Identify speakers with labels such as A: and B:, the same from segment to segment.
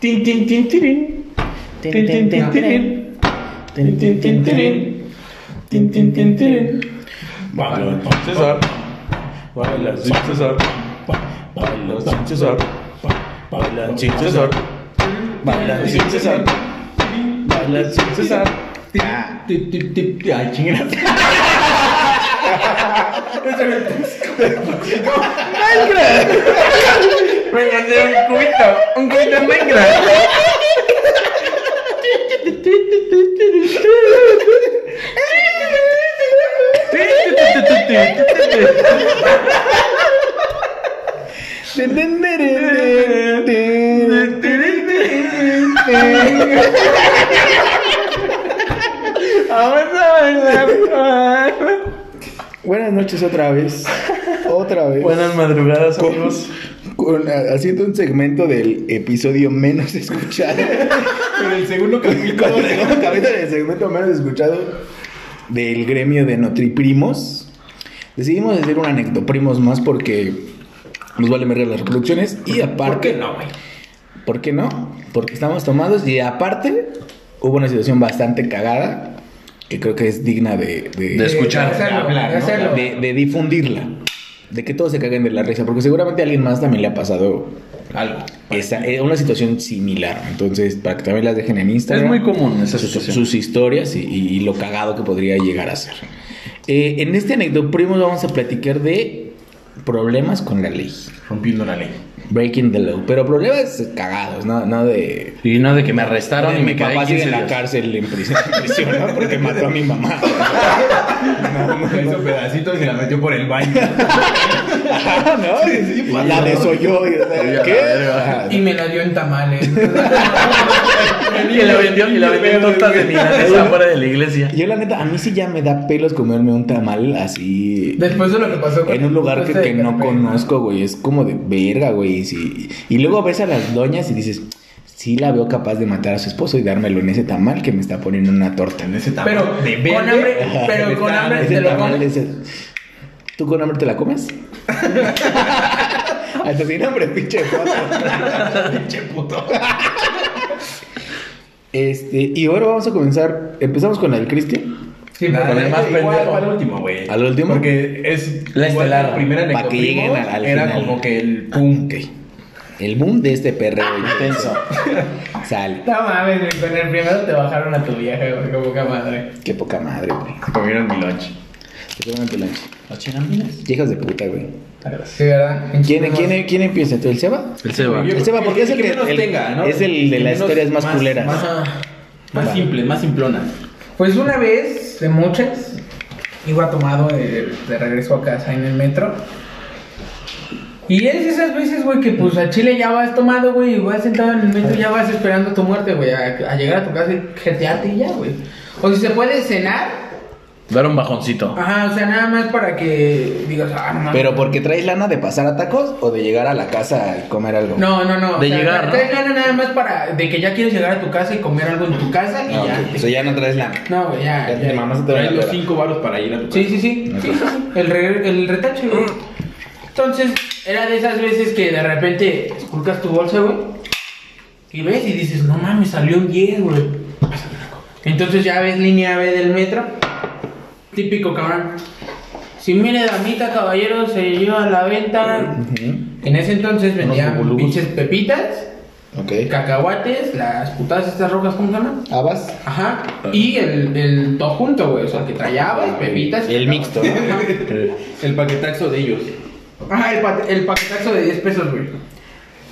A: Tin, tin, tin, tirin. Tin, tin, tin, tirin. Tin, tin, tin, tirin. Tin, tin, tin, tirin.
B: Baila Don César. Baila Don César. Baila Don César. Baila Don César. Baila Don César. Baila Don César. Tip, tip, tip, tip. Ay, chingas.
A: Me mandé un cubito, un cubito en Minecraft. Vamos a bailar.
C: Buenas noches Pues otra vez. Otra vez.
A: Buenas madrugadas,
C: Con-
A: amigos.
C: con- haciendo un segmento del episodio menos escuchado.
B: Pero el segundo
C: Con el
B: capítulo.
C: segundo capítulo del segmento menos escuchado del gremio de Notriprimos. Decidimos hacer un anecdoprimos más porque nos vale merga las reproducciones. Y
B: ¿Por
C: aparte.
B: qué no, güey?
C: ¿Por qué no? Porque estamos tomados y aparte hubo una situación bastante cagada que creo que es digna de, de,
D: De escuchar,
A: De hacerlo,
B: de hablar,
A: de
B: ¿no?
A: hacerlo.
C: de- de difundirla. De que todos se caguen de la risa. Porque seguramente a alguien más también le ha pasado
D: Algo.
C: esa- eh, una situación similar. Entonces, para que también las dejen en Instagram.
D: Es muy común esa
C: sus,
D: situación.
C: sus historias y, y- y lo cagado que podría llegar a ser. Eh, en este anecdoprimo vamos a platicar de problemas con la ley.
B: Rompiendo la ley.
C: Breaking the law. Pero problemas cagados, no, no de...
D: Y no de que me arrestaron
C: de
D: y me
C: mi
D: quedé
C: papá sigue
D: 15
C: en la
D: días.
C: cárcel en prisión, en prisión, ¿no? Porque mató a mi mamá.
B: Hizo pedacitos y la metió por el baño.
C: ¿No? la desoyó. y, o sea,
D: Sí, a la
C: ¿Qué?
D: verga.
C: Ajá.
A: Y me la dio en tamales.
D: Y la vendió, y la vendió en tortas de milanesa fuera de la iglesia.
C: Yo la neta, a mí sí ya me da pelos comerme un tamal así...
A: Después de lo que pasó con
C: En un lugar que,
A: este
C: que no
A: Pepe.
C: conozco, güey. Es como de verga, güey. Y, si- y luego ves a las doñas y dices, sí la veo capaz de matar a su esposo y dármelo en ese tamal que me está poniendo una torta.
B: En ese tamaño.
A: Pero con hambre, pero con hambre te
C: Ese
A: lo
C: tamal
A: comes.
C: ese- ¿Tú con hambre te la comes? Hasta sin hambre, pinche puto. pinche puto. Este, y ahora vamos a comenzar. Empezamos con la del Cristian.
A: Sí, pero
B: Con
D: Con el
B: el
D: más pendejo.
B: Al último, güey.
C: ¿Al último?
B: Porque es.
D: La
B: igual
D: estelar.
B: La primera
C: Pa' que
B: anecdoprimo
C: lleguen al- al
B: Era
C: final.
B: como que el pum.
C: Ok. El boom de este perreo intenso. Sale.
A: Ah, No mames, güey, con el primero te bajaron a tu vieja, güey, qué poca madre.
C: Qué poca madre, güey.
B: Se comieron mi lunch.
C: Te llevan tu lunch.
D: ¿Los chinamines?
C: Hijas de puta, güey.
A: Ah, Sí, ¿verdad?
C: ¿Quién, quién, quién empieza? ¿Tú, ¿El Seba?
D: El Seba.
C: El Seba, porque es el que.
B: menos
C: el-
B: tenga, ¿no?
C: Es el de
B: Que
C: las
B: menos-
C: historias más culeras.
B: Más, más simple, más simplona.
A: Pues una vez, de muchas, iba tomado de, de regreso a casa en el metro. Y es esas veces, güey, que pues a Chile ya vas tomado, güey, y vas sentado en el metro y ya vas esperando tu muerte, güey, a, a llegar a tu casa y jetearte y ya, güey. O si se puede cenar,
D: Dar un bajoncito.
A: ajá, o sea, nada más para que digas, ah, no mames.
C: Pero porque traes lana de pasar a tacos o de llegar a la casa y comer algo.
A: No, no, no.
D: De
A: o sea,
D: llegar, ¿no?
A: traes lana nada más para. de que ya quieres llegar a tu casa y comer algo en tu casa y
C: Ah,
A: ya.
C: ok. O sea, ya no traes lana.
A: No, güey, ya.
C: Ya
A: ya.
C: te mamaste toda la
B: Traes los
C: peda.
B: cinco baros para ir a tu casa.
A: Sí, sí, sí. sí, sí, sí. El, re- el retache, güey. Entonces, era de esas veces que de repente esculcas tu bolsa, güey. Y ves y dices, no mames, salió un 10, güey. Entonces ya ves línea B del metro. Típico cabrón. Si mire, damita, caballero, se lleva a la venta. En ese entonces vendían
D: bubulubus.
A: pinches pepitas,
C: Ok.
A: cacahuates, las putadas estas rojas, ¿cómo se llaman?
C: ¿Habas?
A: Ajá.
C: Ah.
A: Y el, el todo junto, güey. O sea, que traía habas, pepitas. y
C: El
A: cacahuates.
C: mixto, ¿no?
A: Ajá.
B: El paquetaxo de ellos.
A: Ajá, el, pa- el paquetazo de 10 pesos, güey.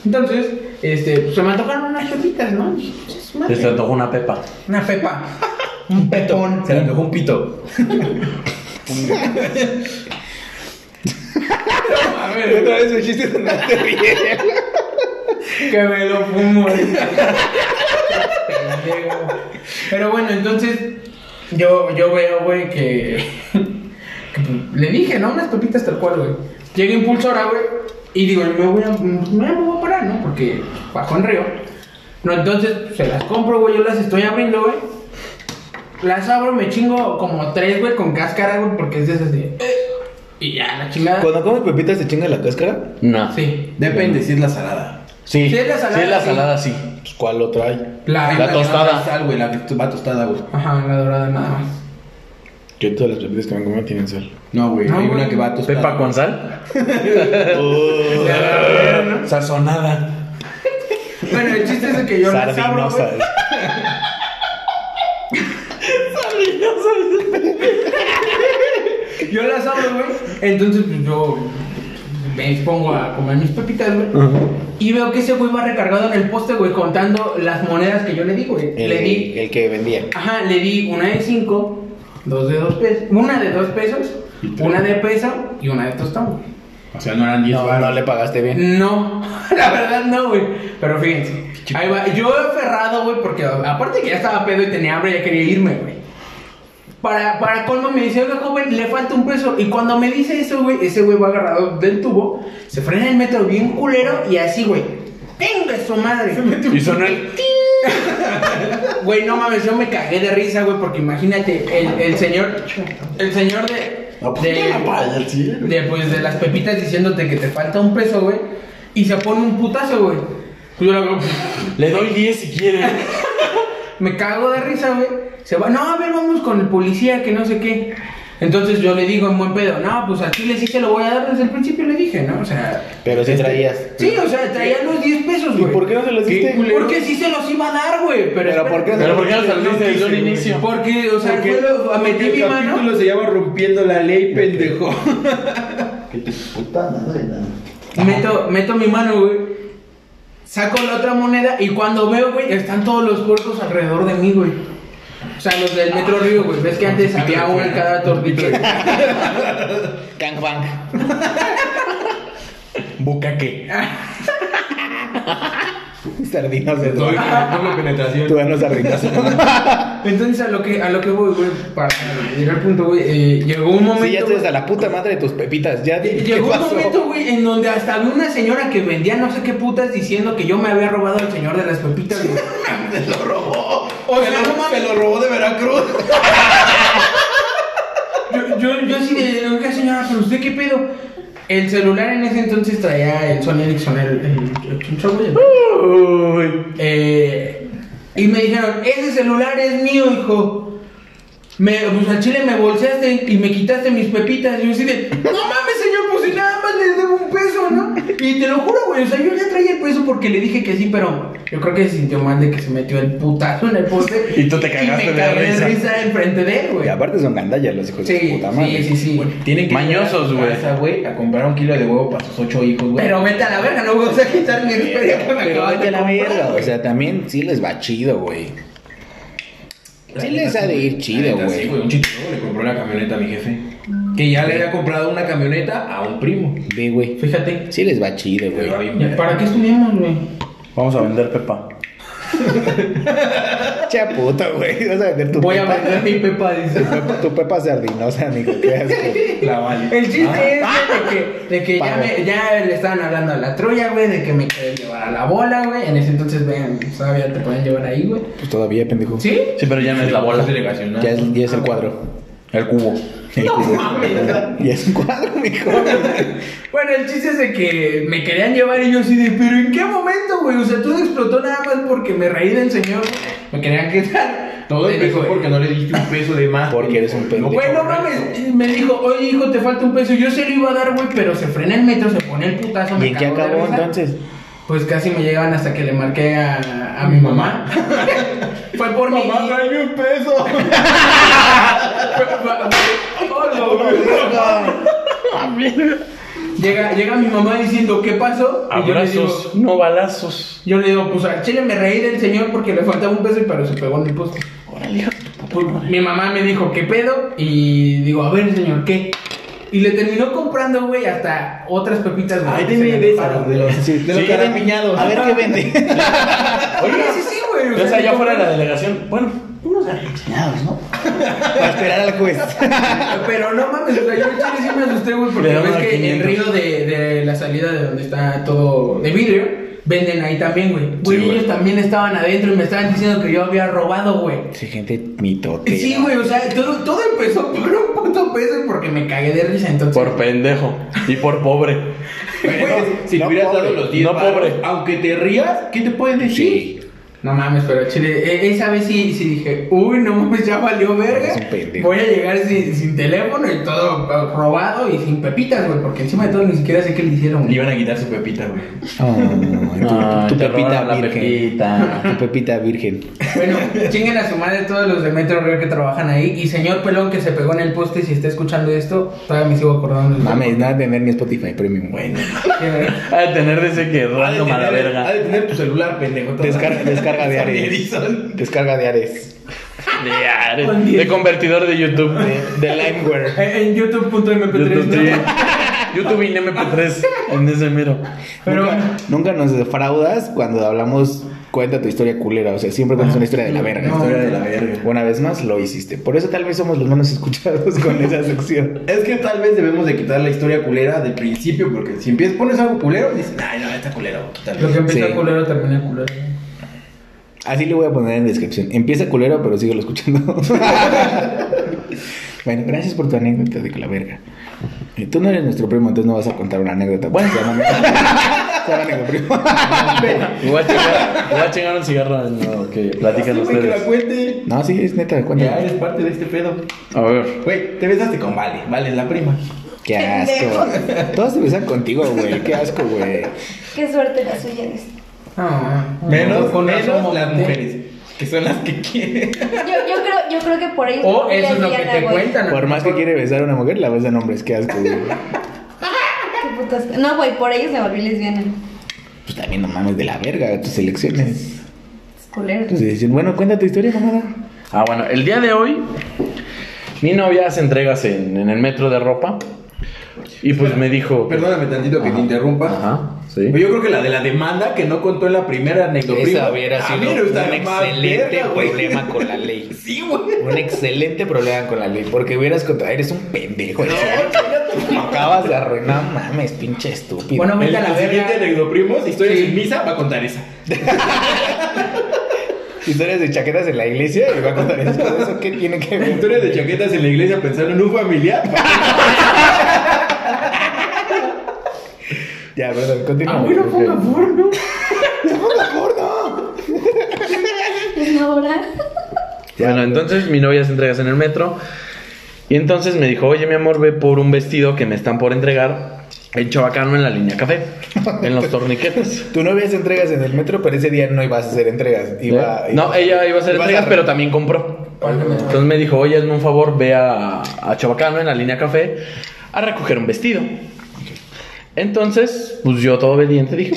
A: Entonces, este, pues, se me antojaron unas pepitas, ¿no? Chis madre.
D: Les antojó una pepa.
A: Una fepa. Un petón.
B: Se le antojó un pito.
A: A ver,
C: vez me chiste donde te ríes.
A: que me lo fumo. Pendejo. Pero bueno, entonces, yo, yo veo, güey, que, que, pues, Le dije, ¿no? Unas pepitas tal cual, güey. Llega impulsora, güey. Y digo, me voy a. No me voy a parar, ¿no? Porque bajó en río. No, entonces pues, se las compro, güey. Yo las estoy abriendo, güey. Las abro, me chingo como tres, güey, con cáscara, güey, porque es de esas de. eh, Y ya, la chingada.
C: Cuando comes pepitas, ¿te chinga la cáscara?
D: No.
A: Sí.
B: Depende si es la salada.
D: Sí,
A: Si es la salada,
D: si es la
A: sí.
D: salada, Ah, sí.
B: Pues, ¿Cuál lo trae?
A: La,
D: La
A: que no
D: tostada.
A: trae sal, güey, la que-
B: Va tostada, güey.
A: Ajá, la dorada nada más.
B: Que todas las bebidas que me comido tienen sal.
C: No, güey.
A: No,
C: hay
A: güey.
C: una que va tostada.
D: Pepa con sal.
B: Sazonada.
A: Bueno, el chiste es de que yo la sabro,
B: Sardinosa.
A: güey. Yo la sabro, güey. Entonces, pues, yo me dispongo a comer mis pepitas, güey. Y veo que ese güey va recargado en el poste, güey, contando las monedas que yo le di, güey.
C: El,
A: Le di
C: el que vendía.
A: Ajá, le di una de 5, dos de 2 pesos, una de 2 pesos, una de peso y una de tostón.
B: O sea, no eran 10
C: No, no le pagaste bien.
A: No, la verdad no, güey. Pero fíjense, ahí va. Yo aferrado, güey, porque aparte que ya estaba pedo y tenía hambre, ya quería irme, güey. Para, para colmo me dice, oiga, joven, le falta un peso. Y cuando me dice eso, güey, ese güey va agarrado del tubo, se frena el metro bien culero y así, güey. ¡Tenga su madre!
D: Y sonó el.
A: Güey, no mames, yo me cagué de risa, güey, porque imagínate, el, el señor, el señor de, de, de, pues, de las pepitas diciéndote que te falta un peso, güey, y se pone un putazo, güey. Pues yo la veo,
D: Le doy 10 si quiere.
A: me cago de risa, güey. Se va, no, a ver, vamos con el policía, que no sé qué. Entonces yo le digo en buen pedo, no, pues a Chile sí se lo voy a dar desde el principio, le dije, ¿no? O sea,
C: Pero
A: Este,
C: sí traías.
A: sí, o sea, traía los 10 pesos, güey.
C: por qué no se los diste?
A: Porque sí se los iba a dar, güey. Pero,
C: Pero ¿por qué no
D: Pero ¿por qué no saliste desde un inicio?
A: Porque, o sea,
E: Porque-
A: fue lo- metí mi
E: el
A: mano.
E: capítulo se llama Rompiendo la Ley, pendejo.
F: Puta madre, nada.
A: Meto, meto mi mano, güey. Saco la otra moneda y cuando veo, güey, están todos los puercos alrededor de mí, güey. O sea, los del Metro Río, güey. Ves que antes había uno en cada tortito.
C: Gangbang.
D: Bucaque.
C: Sardinos de
E: Doble doble penetración.
C: Tú no sardinos.
A: Entonces, a lo que, a lo que voy, güey, para llegar al punto, güey, eh, llegó un momento.
C: Sí, ya
A: güey,
C: estás a la puta madre de tus pepitas. Ya,
A: Lle-
C: ¿qué
A: Llegó un
C: pasó?
A: momento, güey, en donde hasta vi una señora que vendía no sé qué putas diciendo que yo me había robado al señor de las pepitas, güey.
E: O sea, no mames, lo robó de Veracruz.
A: Yo, yo, yo así de, oiga señora, pero usted qué pedo. El celular en ese entonces traía el Sony Ericsson, el, el, el chinchón, güey. Eh, y me dijeron, ese celular es mío, hijo. Me, pues al chile me bolseaste y me quitaste mis pepitas. Y yo así de, no mames, señor, pues si nada más le debo un peso, ¿no? Y te lo juro, güey, o sea, yo ya traía el peso porque le dije que sí, pero yo creo que se sintió mal de que se metió el putazo en el poste.
D: Y tú te cagaste
A: y me
D: de la
A: cagué
D: risa.
A: risa enfrente de él, güey.
C: Y aparte son gandallas los hijos de su
A: Sí,
C: puta madre.
A: sí, sí, sí.
D: Tienen que Mañosos,
B: llegar a su casa,
D: güey.
B: güey, a comprar un kilo de huevo para sus ocho hijos, güey.
A: Pero vete a la verga, no vas a quitar mi feria que me
C: Pero
A: acabas
C: vete
A: de
C: a la
A: comprar,
C: verga. O
A: güey.
C: sea, también sí les va chido, güey. Sí les ha de ir chido,
B: Neta, sí,
C: güey.
B: Un chico le compró la camioneta a mi jefe. Que ya le había comprado una camioneta a un primo.
C: Ve, güey.
A: Fíjate.
C: Sí les va chido,
B: Pero
C: güey.
B: había un-
A: ¿Para qué estudiamos, güey?
D: Vamos a vender Pepa.
C: Che puta, güey. Vas a vender tu
A: Voy a
C: pepa.
A: vender mi pepa, dice.
C: Tu pepa sardinosa, amigo. Qué asco.
B: La vale.
A: El chiste
E: Ah.
A: es güey, de que, de que ya,
C: Pago.
A: me- ya le estaban hablando a la Troya, güey, de que me quieren llevar a la bola, güey. En ese entonces, vean, todavía te pueden llevar ahí, güey.
C: Pues todavía, pendejo.
A: ¿Sí?
D: Sí, pero ya no es la bola.
B: delegacional.
C: Ya es, ya es el cuadro.
D: El cubo.
C: El cubo. Ya es un cuadro, mijo.
A: Bueno, el chiste es de que me querían llevar y yo así de, pero ¿en qué momento, güey? O sea, todo explotó nada más porque me reí del señor. Me querían quitar.
B: Todo
A: Le digo,
B: empezó porque no le diste un peso de más.
C: Porque eres un pendejo.
A: Güey, no mames, y me dijo, oye hijo, te falta un peso. Yo se lo iba a dar, güey, pero se frena el metro, se pone el putazo.
C: ¿Y
A: me
C: en qué
A: cago de
C: acabó
A: risa.
C: entonces?
A: Pues casi me llegaban hasta que le marqué a, a mi mamá. Fue por mi
E: Mamá, tráeme un peso.
A: Llega, llega mi mamá diciendo, ¿qué pasó? Y yo le digo,
D: Abrazos, no balazos.
A: yo le digo, pues al chile me reí del señor porque le faltaba un peso y pero se pegó en el poste. Pues, mi mamá me dijo, ¿qué pedo? Y digo, a ver, señor, ¿qué? Y le terminó comprando, güey, hasta otras pepitas. güey,
E: Ay,
A: que se
E: dime
A: le
E: de
A: antojaron.
E: esas, de los,
C: Sí,
E: de los
D: sí,
E: carapiñados.
C: A ver qué vende.
A: Oye, sí, sí, güey.
D: O sea,
A: le
D: ya
A: compré-
D: fuera de la delegación. Bueno, unos garbanzos.
F: Chingados, ¿no?
C: Para esperar al juez.
A: Pero no mames, o sea, yo en chile sí me asusté, güey,
D: Le
A: porque
D: damos
A: ves
D: a
A: que
D: 500.
A: el río de, de la salida de donde está todo de vidrio venden ahí también, güey. Güey,
C: güey.
A: ellos también estaban adentro y me estaban diciendo que yo había robado, güey.
C: Sí, gente mitote.
A: Sí, güey, o sea, todo, todo empezó por un puto peso y porque me cagué de risa, entonces.
D: Por pendejo y por pobre.
E: Güey, si
C: no
E: hubieras
C: pobre,
E: dado los 10
D: no
E: varos,
D: pobre.
E: aunque te rías, ¿qué te pueden decir?
A: No mames, pero chile, e- esa vez sí, sí dije, uy, no mames, ya valió verga.
C: Eres un pendejo.
A: Voy a llegar sin, sin teléfono y todo eh, robado y sin pepitas, güey, porque encima de todo ni siquiera sé qué le hicieron.
E: Le
A: güey.
E: iban a quitar su pepita, güey.
C: Oh,
G: Ah,
C: tu, tu
G: te
C: pepita
G: robaron la
C: virgen.
G: pepita.
C: Tu pepita virgen.
A: Bueno, chinguen a su madre todos los de Metro Río que trabajan ahí. Y señor Pelón que se pegó en el poste, si está escuchando esto, todavía me sigo acordando. del-
C: Mames, nada de tener mi Spotify Premium. güey.
E: Bueno.
D: Ha de tener desde que random a la
E: ha
D: verga.
E: de tener tu celular, pendejo.
C: Descarga- descarga de Ares.
E: Edison.
C: Descarga de Ares.
D: De, Ares, de convertidor de YouTube.
C: De Limeware.
A: Eh, En youtube.mp3.
D: YouTube,
A: ¿no?
D: sí. YouTube y MP3 en ese mero.
A: Pero
C: nunca, nunca nos defraudas cuando hablamos cuenta tu historia culera. O sea, siempre cuentas una historia de la verga.
A: Ah, No.
E: Historia de la verga.
C: Una vez más lo hiciste. Por eso tal vez somos los menos escuchados con esa sección.
E: Es que tal vez debemos de quitar la historia culera del principio, porque si empiezas, pones algo culero, dices, ay, no, está culero, quítalo.
A: lo que empieza
C: Sí.
A: culero termina culero.
C: Así le voy a poner en descripción. Empieza culero, pero síguelo escuchando. bueno, gracias por tu anécdota de que la verga. Eh, Tú no eres nuestro primo, entonces no vas a contar una anécdota. Bueno, se llama, se llama amigo primo.
D: Y voy a chingar, voy a chingar un cigarro en lo que platican
E: Así, güey, que la
D: ustedes.
E: cuente.
C: No, sí, es neta,
E: Ya
C: cuenta.
E: eres parte de este pedo.
D: A ver.
E: Güey, te besaste con Vale, Vale es la prima.
C: Qué asco. Todos se besan contigo, güey. Qué asco, güey.
H: Qué suerte la suya es.
A: Ah,
E: Menos,
A: con
E: menos
A: razón,
E: las
A: mamá.
E: mujeres, que son las que quieren.
H: Yo, yo, creo, yo creo que por ahí.
A: O
H: le
A: Oh, eso es lo que
H: aliviana,
A: te
H: güey.
A: cuentan.
C: Por más que quiere besar a una mujer, la besan hombres. Qué asco, güey.
H: Qué putas- No, güey, por ellos me volví lesbiana.
C: Pues también no mames de la verga tus elecciones.
H: Es culero.
C: Entonces dicen, bueno, cuenta tu historia, mamada.
D: Ah, bueno, el día de hoy mi novia hace entregas en, en el metro de ropa y pues me dijo...
E: Perdóname tantito que te
D: Ajá.
E: interrumpa.
D: Ajá, sí.
E: Yo creo que la de la demanda que no contó en la primera anécdota.
C: Esa hubiera
E: a
C: sido
E: mí me
C: un
E: gustaría más
C: excelente
E: verga, güey.
C: problema con la ley.
E: Sí, güey.
C: Un excelente problema con la ley, porque hubieras contado, eres un pendejo. o sea, me acabas de arruinar, mames, pinche estúpido.
A: Bueno,
E: El,
A: vete a la
E: el
A: verga.
E: siguiente anécdoprimos, historia
A: Sí.
E: sin misa, va a contar esa.
C: historias de chaquetas en la iglesia y va a contar eso, todo eso, ¿qué tiene que
E: La
C: ver?
E: historia de chaquetas en la iglesia pensando en un familiar.
C: Ya, perdón, continúa.
A: Ah, bueno, ponga porno.
H: Es una hora.
D: Bueno, entonces mi novia hace entregas en el metro y entonces me dijo, oye mi amor, ve por un vestido que me están por entregar en Chabacano en la línea café, en los torniquetes.
C: Tu novia hace entregas en el metro, pero ese día no ibas a hacer entregas. ¿Eh? Iba,
D: no, ella iba a hacer
C: ibas
D: entregas,
C: re-
D: pero también compró. Entonces me dijo, oye, hazme un favor, ve a, a Chabacano en la línea café a recoger un vestido. Entonces, pues yo todo obediente dije,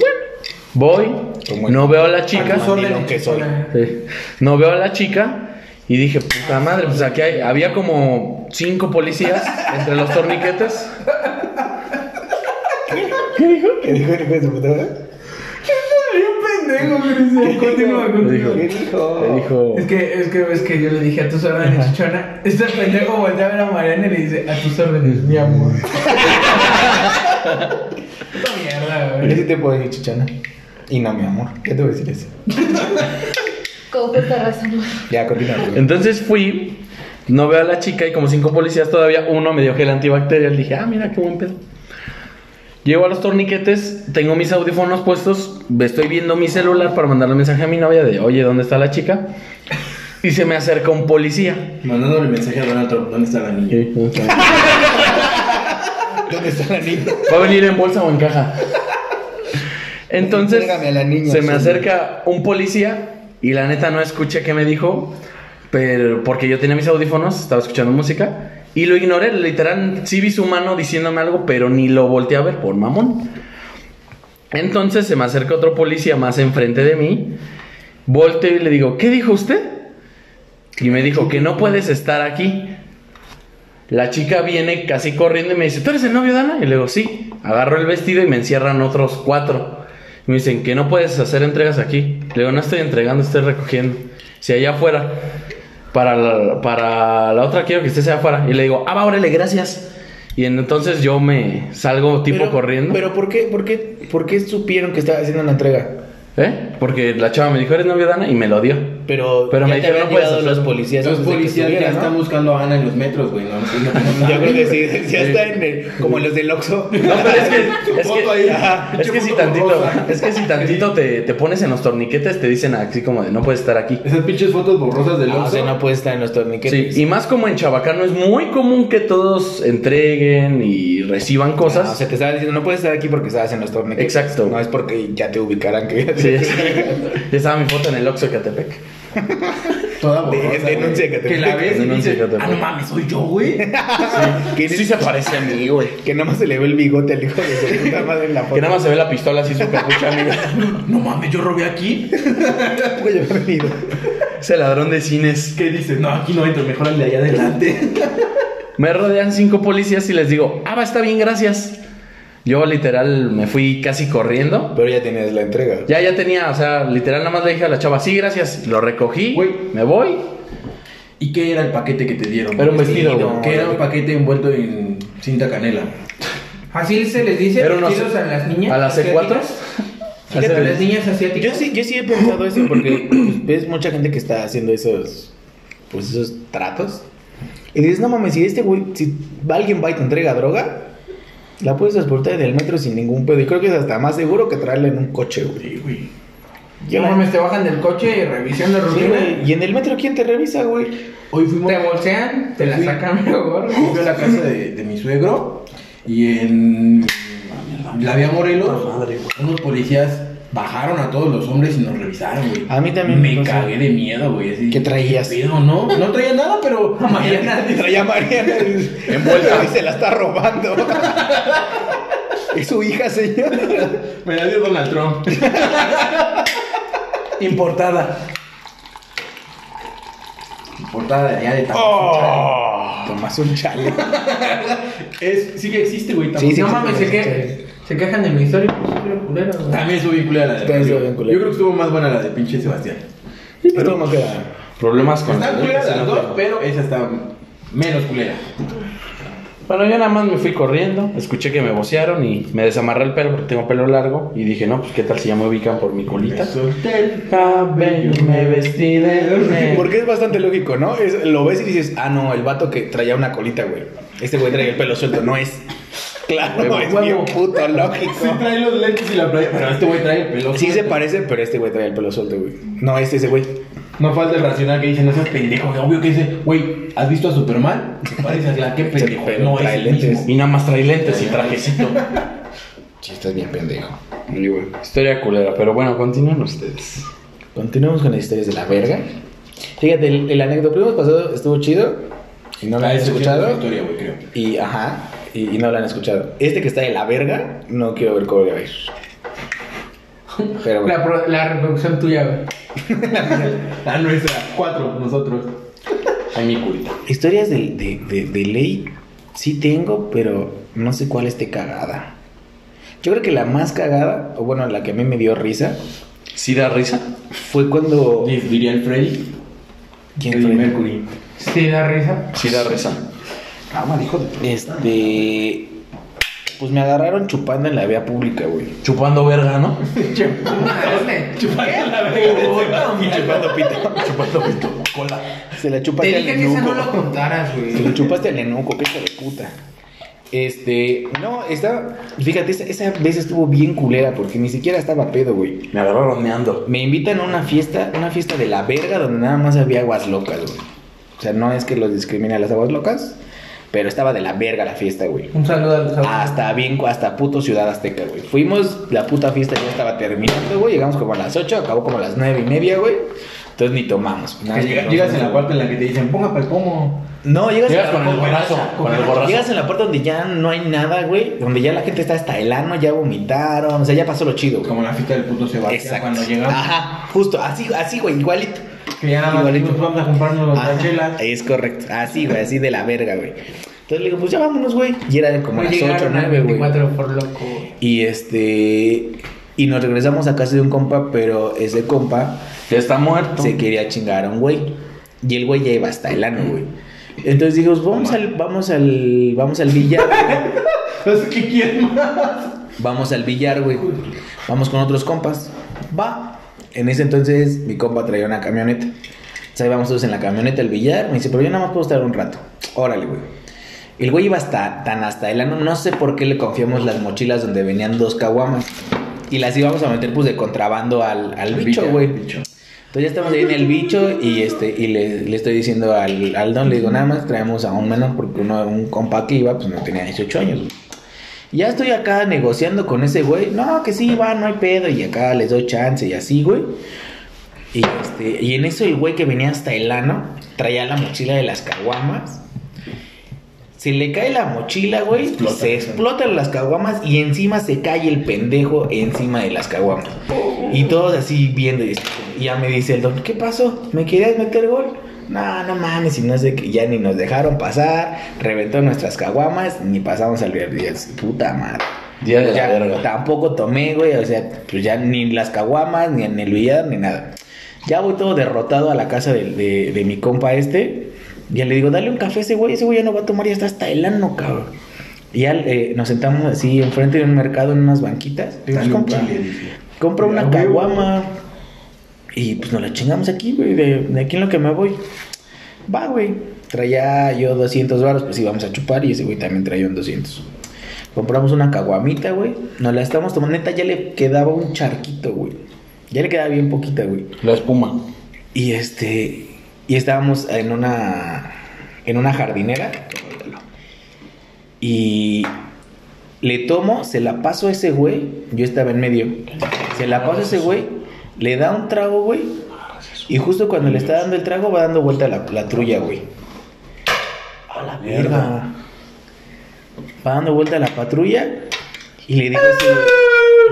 D: bueno,
C: Como
D: voy,
C: el-
D: no veo a la chica.
C: Mandilón que soy.
D: Sí. No veo a la chica y dije, puta madre, pues aquí hay- había como cinco policías entre los torniquetes.
C: ¿Qué dijo el hijo de su puta madre?
A: Pendejo, Grisel. Continúa,
D: Le dijo,
A: continúa.
C: ¿Qué dijo?
D: le dijo,
A: Es que, es que, es que yo le dije a tus órdenes, chichona. Este pendejo voltea a ver a Mariana y le dice, a tus órdenes, mi amor. Puta mierda,
C: Yo
A: güey.
C: sí te puedo decir chichona. Y no, mi amor, ¿qué te voy a decir eso?
H: Con justa razón.
C: Ya, continúa. güey.
D: Entonces fui, no veo a la chica y como cinco policías todavía, uno me dio gel antibacterial. Dije, ah, mira qué buen pedo. Llego a los torniquetes, tengo mis audífonos puestos, estoy viendo mi celular para mandarle un mensaje a mi novia de, oye, ¿dónde está la chica? Y se me acerca un policía.
E: Mandándole mensaje a Donald Trump, ¿dónde está la niña?
C: ¿Dónde está la niña?
D: ¿Va a venir en bolsa o en caja? Entonces,
C: Entrégame a la niña,
D: se me
C: sí.
D: acerca un policía y la neta no escuché qué me dijo, pero porque yo tenía mis audífonos, estaba escuchando música y lo ignoré, literal, sí vi su mano diciéndome algo, pero ni lo volteé a ver por mamón. Entonces se me acerca otro policía más enfrente de mí, volteo y le digo, ¿qué dijo usted? Y me dijo que no puedes estar aquí. La chica viene casi corriendo y me dice, ¿tú eres el novio de Ana? Y le digo, sí. Agarro el vestido y me encierran otros cuatro. Y me dicen, que no puedes hacer entregas aquí. Le digo, no estoy entregando, estoy recogiendo. Si allá afuera, para la, para la otra quiero que estés allá afuera. Y le digo, ah, va, órale, gracias. Y en- entonces yo me salgo tipo
C: Pero-
D: corriendo.
C: Pero ¿por qué, por, qué, ¿por qué supieron que estaba haciendo una entrega?
D: ¿Eh? Porque la chava me dijo, eres novio de Ana y me lo dio.
C: Pero,
D: Pero
C: ya
D: me
C: te
D: dijeron, no
C: habían
D: puedes
C: llegado
D: hacer-
C: los policías.
E: Los
C: antes de que
E: policías ya
C: estuviera, ¿no?
E: están buscando a Ana en los metros, güey. No, Sí, no,
C: Yo creo que sí, ya está en el, como en los del Oxxo.
D: No, pero es que, es
E: foto
D: que,
E: ahí.
D: ajá, es
E: Pinche
D: que si
E: foto
D: tantito,
E: borrosa.
D: es que si tantito te, te pones en los torniquetes, te dicen así como de no puedes estar aquí.
E: Esas pinches fotos borrosas del
C: Ah, o
E: Oxxo.
C: sea, no puede estar en los
D: Sí,
C: torniquetes.
D: y más como en Chabacano es muy común que todos entreguen y reciban
C: Ah, o
D: cosas.
C: sea, te estaba diciendo, no puedes estar aquí porque estabas en los torniquetes.
D: Exacto.
C: No es porque ya te ubicarán que
D: Sí, es- ya estaba mi foto en el Oxxo de Catepec.
E: Toda
C: De-
E: borrosa. güey.
C: denuncia que te-
E: la ves y
D: Denuncia
E: dices,
D: que te-
E: ah, no mames, soy yo, güey.
C: que,
D: Sí se parece a mí, güey.
C: que nada más se le ve el bigote al hijo de su puta madre en la foto.
D: Que nada más se ve la pistola así su capucha, amigo.
E: No mames, yo robé aquí.
C: Güey, yo he venido.
D: Ese ladrón de cines.
E: ¿Qué dices? No, aquí no entro, mejor al de allá adelante.
D: Me rodean cinco policías y les digo, ah, va, está bien, gracias. Yo literal me fui casi corriendo.
C: Pero ya tenías la entrega.
D: Ya, ya tenía, o sea, literal nada más le dije a la chava, sí, gracias, lo recogí,
E: Güey.
D: me voy.
E: ¿Y qué era el paquete que te dieron?
D: Era un vestido, güey.
E: Que era un paquete envuelto en cinta canela.
A: Así se les dice
D: Era unos-
A: vestidos a las niñas.
D: ¿A las E C4?
A: asiáticas. Fíjate, A las niñas asiáticas.
C: Yo sí, yo sí he pensado eso porque pues, ves mucha gente que está haciendo esos, pues esos tratos. Y dices, no mames, si este güey, si alguien va y te entrega droga, la puedes transportar en el metro sin ningún pedo. Y creo que es hasta más seguro que traerla en un coche, güey. Yo
A: No
C: la-
A: mames, te bajan del coche y revisan la
C: Sí,
A: rutina.
C: güey. Y en el metro, ¿quién te revisa, güey?
E: Hoy fuimos,
A: Te bolsean, te la
E: Sí.
A: sacan mejor.
E: fui a la casa de, de mi suegro y en la vía Morelos unos policías bajaron a todos los hombres y nos revisaron, güey.
C: A mí también me
E: me
C: pasó.
E: cagué de miedo, güey. Así,
C: ¿Qué traías?
E: pedo, no? No traía nada, pero mañana
C: Traía a Mariana envuelta y se la está robando. es su hija, señor.
E: me la dio Donald Trump.
C: Importada.
E: Portada de allá de Tamaulipas. Oh.
C: Tomás un chale.
E: Es, sí que existe, güey.
C: Sí, sí.
A: no mames, se, que, se quejan de mi historia. pues, pero culero, güey.
E: También estuvo bien culera la de
C: También estuvo bien
E: Yo
C: culera.
E: creo que estuvo más buena la de pinche Sebastián.
C: Esto no queda.
D: Problemas con
E: Están culeras las dos, pero esa está menos culera.
D: Bueno, yo nada más me fui corriendo, escuché que me vocearon y me desamarré el pelo porque tengo pelo largo. Y dije, no, pues qué tal si ya me ubican por mi colita. Cabello, me vestí de
A: Eh.
D: negro.
C: Porque es bastante lógico, ¿no? Es- lo ves y dices, ah, no, el vato que traía una colita, güey. Este güey traía el pelo suelto, no es. Claro,
D: Huevo,
C: es
D: huevo.
C: bien puto
E: Sí
C: lógico.
E: trae los lentes y la playa, pero este güey trae el pelo.
C: Sí se
E: suelto.
C: parece, pero este güey traía el pelo suelto, güey. No, este, ese güey.
E: No falta el racional que dice, no seas pendejo. güey. Obvio que dice, güey, ¿has visto a Superman? Se parece a la que pendejo.
C: Pero
E: no es
C: trae
E: el
C: lentes.
E: mismo. Este
D: Y nada más traí lentes y trajecito.
C: Sí, estás bien pendejo.
D: Y, güey, Historia culera, pero bueno, continúen ustedes.
C: Continuamos con las historias de la verga. Fíjate, el, el anecdoprimo pasado estuvo chido. Y no lo
E: Ah,
C: han
E: ese sí es
C: escuchado.
E: otra historia, güey, creo.
C: Y, ajá, y, y no lo han escuchado. Este que está de la verga, no quiero ver cómo le va a ir. Pero bueno.
A: La, pro- la reproducción tuya, güey.
E: La nuestra, cuatro, nosotros.
D: Ay, mi culita.
C: Historias de, de- de- de ley sí tengo, pero no sé cuál esté cagada. Yo creo que la más cagada, o bueno, la que a mí me dio risa,
D: ¿Sí da risa?
C: fue cuando...
E: Diz- Diría el Freddy.
C: ¿Quién
E: Freddie
C: fue?
E: Mercury.
A: Sí, da risa.
D: Sí da risa.
C: Este... Pues me agarraron chupando en la vía pública, güey.
D: Chupando verga, ¿no?
E: Chupando la verga. de Sebastián.
C: Chupando pito. Chupando pito. Se la chupa
A: Te
C: hasta el
A: dije que esa no
C: enuco.
A: lo contaras, güey.
C: Te lo chupaste al enuco, qué hijo de puta. Este, no, estaba, fíjate, esa, esa vez estuvo bien culera porque ni siquiera estaba pedo, güey.
D: Me agarraron meando.
C: Me invitan a una fiesta, una fiesta de la verga donde nada más había aguas locas, güey. O sea, no es que los discrimine a las aguas locas, pero estaba de la verga la fiesta, güey.
A: Un saludo a los abuelos.
C: Ah, Hasta bien, hasta puto Ciudad Azteca, güey. Fuimos, la puta fiesta ya estaba terminando, güey. Llegamos como a las 8, acabó como a las 9 y media, güey. Entonces ni tomamos.
E: Que
C: Nada más
E: llega-
C: quedamos
E: Llegas en
C: en-
E: la parte en la que te dicen, ponga para el pomo.
C: No, llegas,
D: Llegas
C: a
D: con el borrazo, con el borrazo.
C: Llegas en la parte donde ya no hay nada, güey. Donde ya la gente está hasta el ano, ya vomitaron. O sea, ya pasó lo chido, güey.
E: Como la fiesta del puto Sebastián cuando llegamos.
C: Ah, Ajá, justo, así, así, güey, igualito.
E: Que ya nada más
C: Igualito.
E: dijimos, vamos a comprarnos las
C: Ajá,
E: chelas.
C: es correcto, así, güey, así de la verga, güey. Entonces le digo, pues ya vámonos, güey. Y era como
A: No
C: las 8,
A: llegaron al
C: 9, güey.
A: 24 por loco. güey.
C: Y este. Y nos regresamos a casa de un compa, pero ese compa
D: Ya está muerto.
C: se quería chingar a un güey. Y el güey ya iba hasta el ano, güey. Entonces dijimos, vamos al, vamos al, vamos al billar.
E: Entonces, ¿qué quieren más?
C: Vamos al billar, güey. Vamos con otros compas. Va. En ese entonces mi compa traía una camioneta. Entonces ahí vamos todos en la camioneta al billar. Me dice, pero yo nada más puedo estar un rato. Órale, güey. El güey iba hasta, tan hasta el ano. No sé por qué le confiamos las mochilas donde venían dos caguamas. Y las íbamos a meter pues de contrabando al, al bicho,
E: billar,
C: güey. Entonces ya estamos ahí en el bicho y este y le, le estoy diciendo al, al don, le digo, nada más traemos a un menor porque uno, un compa que iba pues no tenía 18 años. güey. Ya estoy acá negociando con ese güey. No, que sí, va, no hay pedo. Y acá les doy chance y así, güey. Y, este, y en eso el güey que venía hasta el ano traía la mochila de las caguamas. Se le cae la mochila, güey. se explotan las caguamas y encima se cae el pendejo encima de las caguamas. Y todos así viendo. Y y ya me dice el don, ¿qué pasó? ¿Me querías meter gol? No, no mames, y no sé qué. Ya ni nos dejaron pasar. Reventó nuestras caguamas. Ni pasamos al verde. Puta madre.
D: Día de la
C: Ya,
D: verga.
C: Tampoco tomé, güey. O sea, pues ya ni las caguamas, ni en el billar, ni nada. Ya voy todo derrotado a la casa de, de- de mi compa este. Ya le digo, dale un café a ese güey. Ese güey ya no va a tomar, ya está hasta el ano, cabrón. Y ya eh, nos sentamos así enfrente de un mercado en unas banquitas. Le digo,
E: Dale un
C: "Compa,
E: chile, dice.
C: compra una
E: Ya, güey.
C: caguama. Y pues nos la chingamos aquí, güey. De, de aquí en lo que me voy. Va, güey. Traía yo 200 varos, pues íbamos a chupar y ese güey también traía un 200. Compramos una caguamita, güey. Nos la estamos tomando. Neta, ya le quedaba un charquito, güey. Ya le quedaba bien poquita, güey.
D: La espuma.
C: Y este. Y estábamos en una. En una jardinera. Y. Le tomo, se la paso a ese güey. Yo estaba en medio. Se la paso a ese güey. Le da un trago, güey. Y justo cuando le está dando el trago, va dando vuelta la, la trulla, güey. A la mierda. Va dando vuelta la patrulla. Y le digo a ese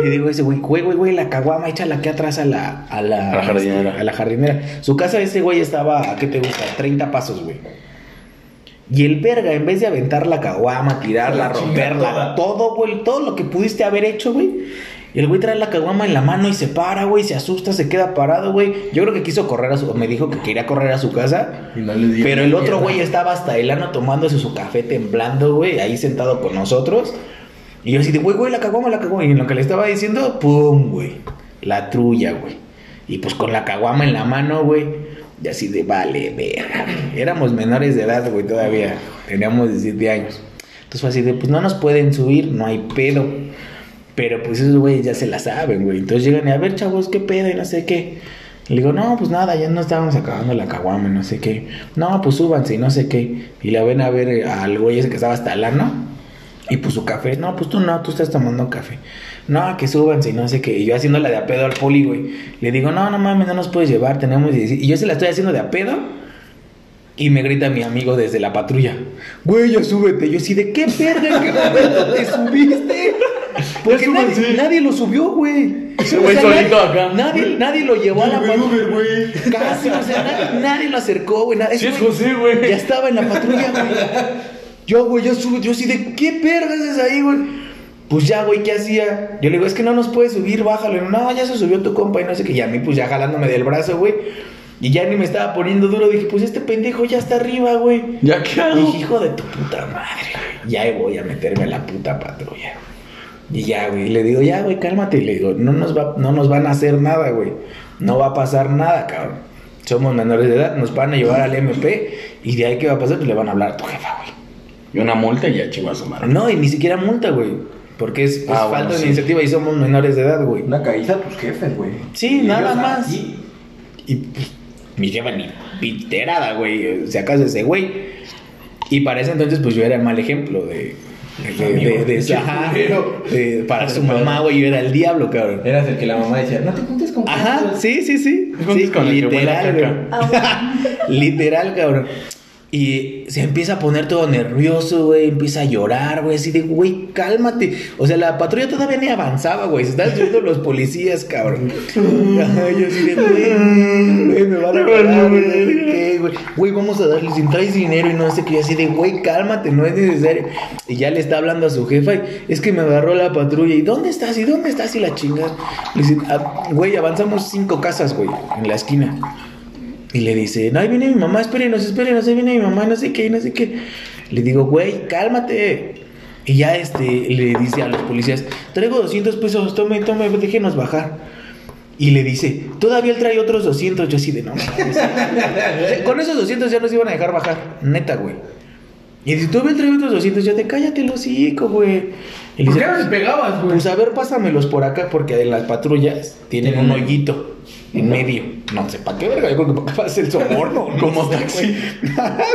C: le digo a ese güey, güey, güey, güey, la caguama, échala aquí atrás a la, a la,
D: A la jardinera.
C: este, a la jardinera. Su casa de ese güey estaba, ¿a qué te gusta? 30 pasos, güey. Y el verga, en vez de aventar la caguama, tirarla,
E: La chinga
C: romperla,
E: toda.
C: todo, güey, todo lo que pudiste haber hecho, güey. Y el güey trae la caguama en la mano y se para, güey, se asusta, se queda parado, güey. Yo creo que quiso correr a su, o me dijo que quería correr a su casa.
E: Y no les dije
C: Pero el otro
E: mierda.
C: güey estaba hasta el ano tomándose su café temblando, güey, ahí sentado con nosotros. Y yo así de, güey, güey, la caguama, la caguama. Y en lo que le estaba diciendo, pum, güey. La trulla, güey. Y pues con la caguama en la mano, güey. Y así de, vale, verga. Éramos menores de edad, güey, todavía. Teníamos 17 años. Entonces fue así de, pues no nos pueden subir, no hay pedo. Pero pues esos güeyes ya se la saben, güey. Entonces llegan y a ver, chavos, qué pedo y no sé qué. Le digo, no, pues nada, ya no estábamos acabando la caguama, y no sé qué. No, pues súbanse y no sé qué. Y la ven a ver eh, al güey ese que estaba hasta el ano. Y pues su café, no, pues tú no, tú estás tomando café. No, que súbanse y no sé qué. Y yo haciendo la de a pedo al poli, güey. Le digo, no, no mames, no nos puedes llevar, tenemos 17. Y yo se la estoy haciendo de a pedo. Y me grita mi amigo desde la patrulla, güey, ya súbete. Yo sí, ¿de qué verga? ¿En qué momento te subiste? Porque nadie, nadie lo subió, güey.
D: Ese güey solito acá.
C: Nadie, nadie lo llevó a la
E: Uber,
C: patrulla.
E: Uber, güey.
C: Casi, o sea, nadie, nadie lo acercó, güey. Nadie,
D: Sí,
C: ese
D: es José, güey.
C: Ya estaba en la patrulla, güey. Yo, güey, yo subo, yo sí, ¿de qué vergas es ahí, güey? Pues ya, güey, ¿qué hacía? Yo le digo, es que no nos puede subir, bájalo. Y No, ya se subió tu compa y no sé qué. Y a mí, pues ya jalándome del brazo, güey. Y ya ni me estaba poniendo duro. Dije, pues este pendejo ya está arriba, güey.
D: ¿Ya qué
C: Y
D: hago?
C: dije, hijo de tu puta madre, güey. Ya voy a meterme a la puta patrulla. Y ya, güey, le digo, ya, güey, cálmate. Y le digo, no nos, va, no nos van a hacer nada, güey. No va a pasar nada, cabrón. Somos menores de edad, nos van a llevar al MP. Y de ahí, ¿qué va a pasar? Pues le van a hablar a tu jefa, güey.
D: Y una multa y ya chingó a su madre.
C: No, y ni siquiera multa, güey. Porque es, es
D: Ah, bueno,
C: falta de
D: sí.
C: iniciativa y somos menores de edad, güey.
E: Una caída a tus jefes, güey.
C: Sí,
E: Y
C: nada
E: ellos
C: más.
E: así.
C: Y pues, mi jefa ni piterada, güey. eh, Si acaso ese güey. Y para ese entonces, pues yo era el mal ejemplo de. De, de, de- ajá, de- para su mamá, güey, yo era el diablo, cabrón.
E: Eras el que la mamá decía, no te juntes con
C: Ajá,
E: estos".
C: sí, sí, sí.
D: Juntos
C: Sí,
D: con el que huele a
C: literal,
D: caca.
H: Ah,
C: güey. literal, cabrón. Y se empieza a poner todo nervioso, güey. Empieza a llorar, güey. Así de, güey, cálmate. O sea, la patrulla todavía ni avanzaba, güey. Se están subiendo los policías, cabrón. Ajá, yo así de, güey, güey, me van a parar, güey. no sé qué, güey. Güey, vamos a darle, si traes dinero y no sé qué. Yo así de, güey, cálmate, no es necesario. Y ya le está hablando a su jefa. y, es que me agarró la patrulla. ¿Y dónde estás? ¿Y dónde estás? Y la chingada. Le dice, "Ah, güey, avanzamos cinco casas, güey, en la esquina. Y le dice, no, ahí viene mi mamá, espérenos, espérenos, ahí viene mi mamá, no sé qué, no sé qué. Le digo, güey, cálmate. Y ya este, le dice a los policías, traigo 200 pesos, tome, tome, déjenos bajar. Y le dice, todavía él trae otros 200, yo así de no. mames". Con esos 200 ya nos iban a dejar bajar, neta, güey. Y dice, todavía él trae otros 200, yo de cállate el hocico, güey. Y le
A: ¿Por
C: dice,
A: qué no le pegabas, güey?
C: pues a ver, pásamelos por acá porque en las patrullas tienen un hoyito en medio. No sé, ¿para qué verga? Yo creo que para hacer el soborno. Como taxi.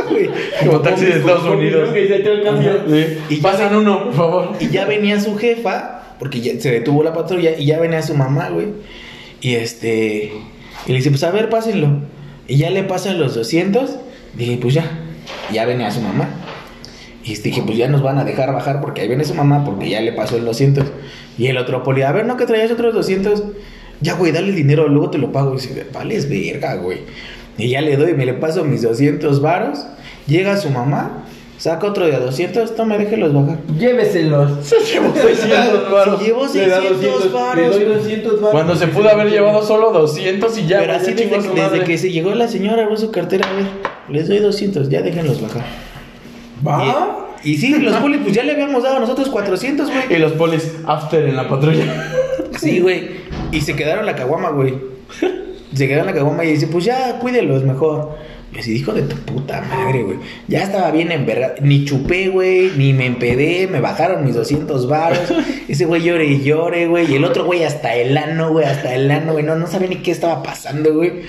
C: güey.
D: Como taxi de Estados Unidos.
C: Y ya-
D: Pasan uno, por favor.
C: Y ya venía su jefa, porque ya se detuvo la patrulla, y ya venía su mamá, güey. Y este. Y le dice, pues a ver, pásenlo. Y ya le pasan los 200. Dije, pues ya. Ya venía su mamá. Y este, dije, pues ya nos van a dejar bajar porque ahí viene su mamá, porque ya le pasó el 200. Y el otro poli, a ver, no que traías otros 200. Ya, güey, dale el dinero, luego te lo pago. Y dice, vale, es verga, güey. Y ya le doy, me le paso mis 200 varos. Llega su mamá, saca otro de a 200, toma, déjelos bajar.
A: Lléveselos.
C: Se llevó 600
E: Le
C: varos.
E: doy 200 varos.
D: Cuando se pudo haber llevado solo 200 y ya.
C: Pero
D: güey, ya
C: así desde,
D: chingó su
C: desde
D: madre.
C: que se llegó la señora, abrió su cartera, a ver, les doy 200, ya déjenlos bajar.
E: ¿Va?
C: Y sí, los polis, pues ya le habíamos dado a nosotros 400, güey.
D: Y los polis after en la patrulla.
C: Sí, güey. Y se quedaron la caguama, güey. Se quedaron la caguama y dice, pues ya, cuídelos mejor. Y así, hijo de tu puta madre, güey. Ya estaba bien envergado. Ni chupé, güey, ni me empedé. Me bajaron mis 200 varos. Ese güey llore y llore, güey. Y el otro güey hasta el ano, güey, hasta el ano, güey. No, no sabía ni qué estaba pasando, güey.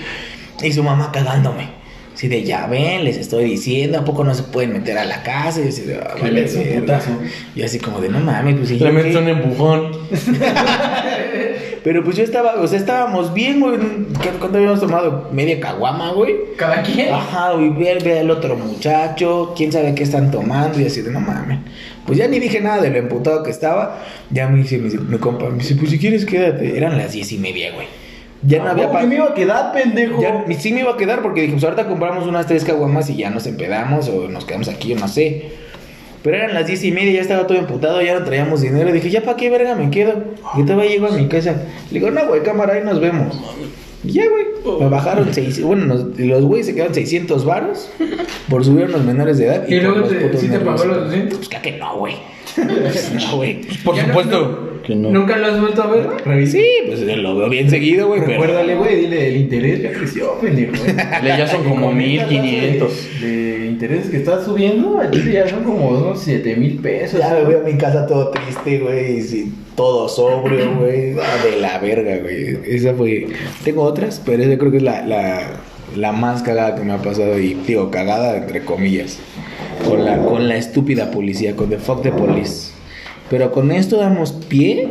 C: Y su mamá cagándome. Así de, ya ven, les estoy diciendo, ¿a poco no se pueden meter a la casa? Y yo así de, ah, vale,
E: metes un
C: verga.
E: putazo.
C: Y así como de, no mames, pues... ¿y
D: Le
C: yo
D: metes
C: qué?
D: un empujón.
C: Pero pues yo estaba, o sea, estábamos bien, güey. ¿Qué- ¿Cuánto habíamos tomado? Media caguama, güey.
A: Cada quien.
C: Ajá, güey, ve, ve al otro muchacho, quién sabe qué están tomando y así de no mames. Pues ya ni dije nada de lo emputado que estaba. Ya me dice mi, mi compa, me dice, pues si quieres quédate. Eran las diez y media, güey. Ya no había
E: ¿Por
C: pa-
E: me iba a quedar, pendejo?
C: ya, sí me iba a quedar porque dije, pues ahorita compramos unas tres caguamas y ya nos empedamos o nos quedamos aquí, yo no sé. Pero eran las diez y media, ya estaba todo emputado, ya no traíamos dinero. Dije, ya para qué verga me quedo. Y todavía llego a mi casa. Le digo, no, güey, cámara, ahí nos vemos. Y ya, güey, me bajaron seis, bueno, nos- los güeyes se quedaron 600 varos por subir a los menores de edad.
A: ¿Y
C: por
A: luego
C: los
A: te-
C: putos
A: sí te
C: nervios.
A: pagó los 200?
C: Pues claro que no, güey. Pues, no, güey.
D: Por
A: Ya no-
D: supuesto. que no.
A: ¿Nunca lo has vuelto a ver?
C: Sí, pues lo veo bien seguido, güey. pero-
E: Recuérdale, güey, dile el interés ya creció, pendejo. güey.
D: Le- ya son como
E: Con esta
D: 1500.
E: tasa De, de intereses que estás subiendo, a ti ya son como unos 7 mil pesos.
C: Ya me voy a mi casa todo triste, güey, y sin- todo sobrio, güey. Ah, De la verga, güey. Esa fue. Tengo otras, pero esa creo que es la, la, la más cagada que me ha pasado. Y digo, cagada entre comillas. Con la, con la estúpida policía, con The Fuck the Police. Pero con esto damos pie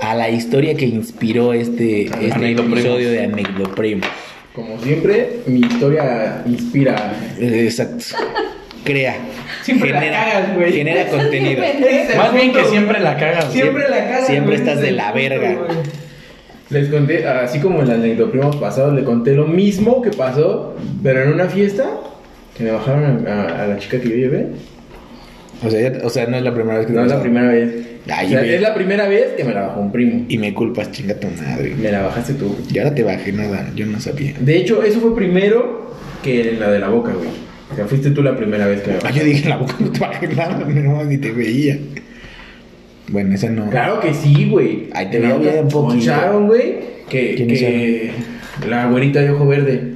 C: a la historia que inspiró este, este
D: Anecdoprimos.
C: episodio de Anecdoprimo.
E: Como siempre, mi historia inspira.
C: Eh, Exacto. Crea.
A: Siempre la cagas, güey.
C: Genera contenido.
D: Más bien que siempre la cagas.
A: Siempre la cagas.
C: Siempre
A: güey,
C: estás
A: ese
C: de la
A: punto,
C: verga.
A: güey.
E: Les conté, así como en el anecdoprimo pasado, le conté lo mismo que pasó, pero en una fiesta que me bajaron a, a- a la chica que yo llevé.
C: O sea, ya- o sea, no es la primera vez que
E: No es
C: te
E: la
C: pasa.
E: primera vez.
C: Ay,
E: O sea,
C: güey.
E: es la primera vez que me la bajó un primo.
C: Y me culpas, chinga tu madre.
E: Me la bajaste tú.
C: Y ahora te bajé nada, yo no sabía.
E: De hecho, eso fue primero que la de la boca, güey. O sea, fuiste tú la primera vez que me
C: Ah,
E: bajaste.
C: yo dije en la boca, no te bajé nada, no, ni te veía. Bueno, esa no.
E: Claro que sí, güey.
C: Ahí te
E: Me
C: veo bien poquito.
E: poncharon, güey. Que,
C: ¿Quiénes
E: que la güerita de ojo verde.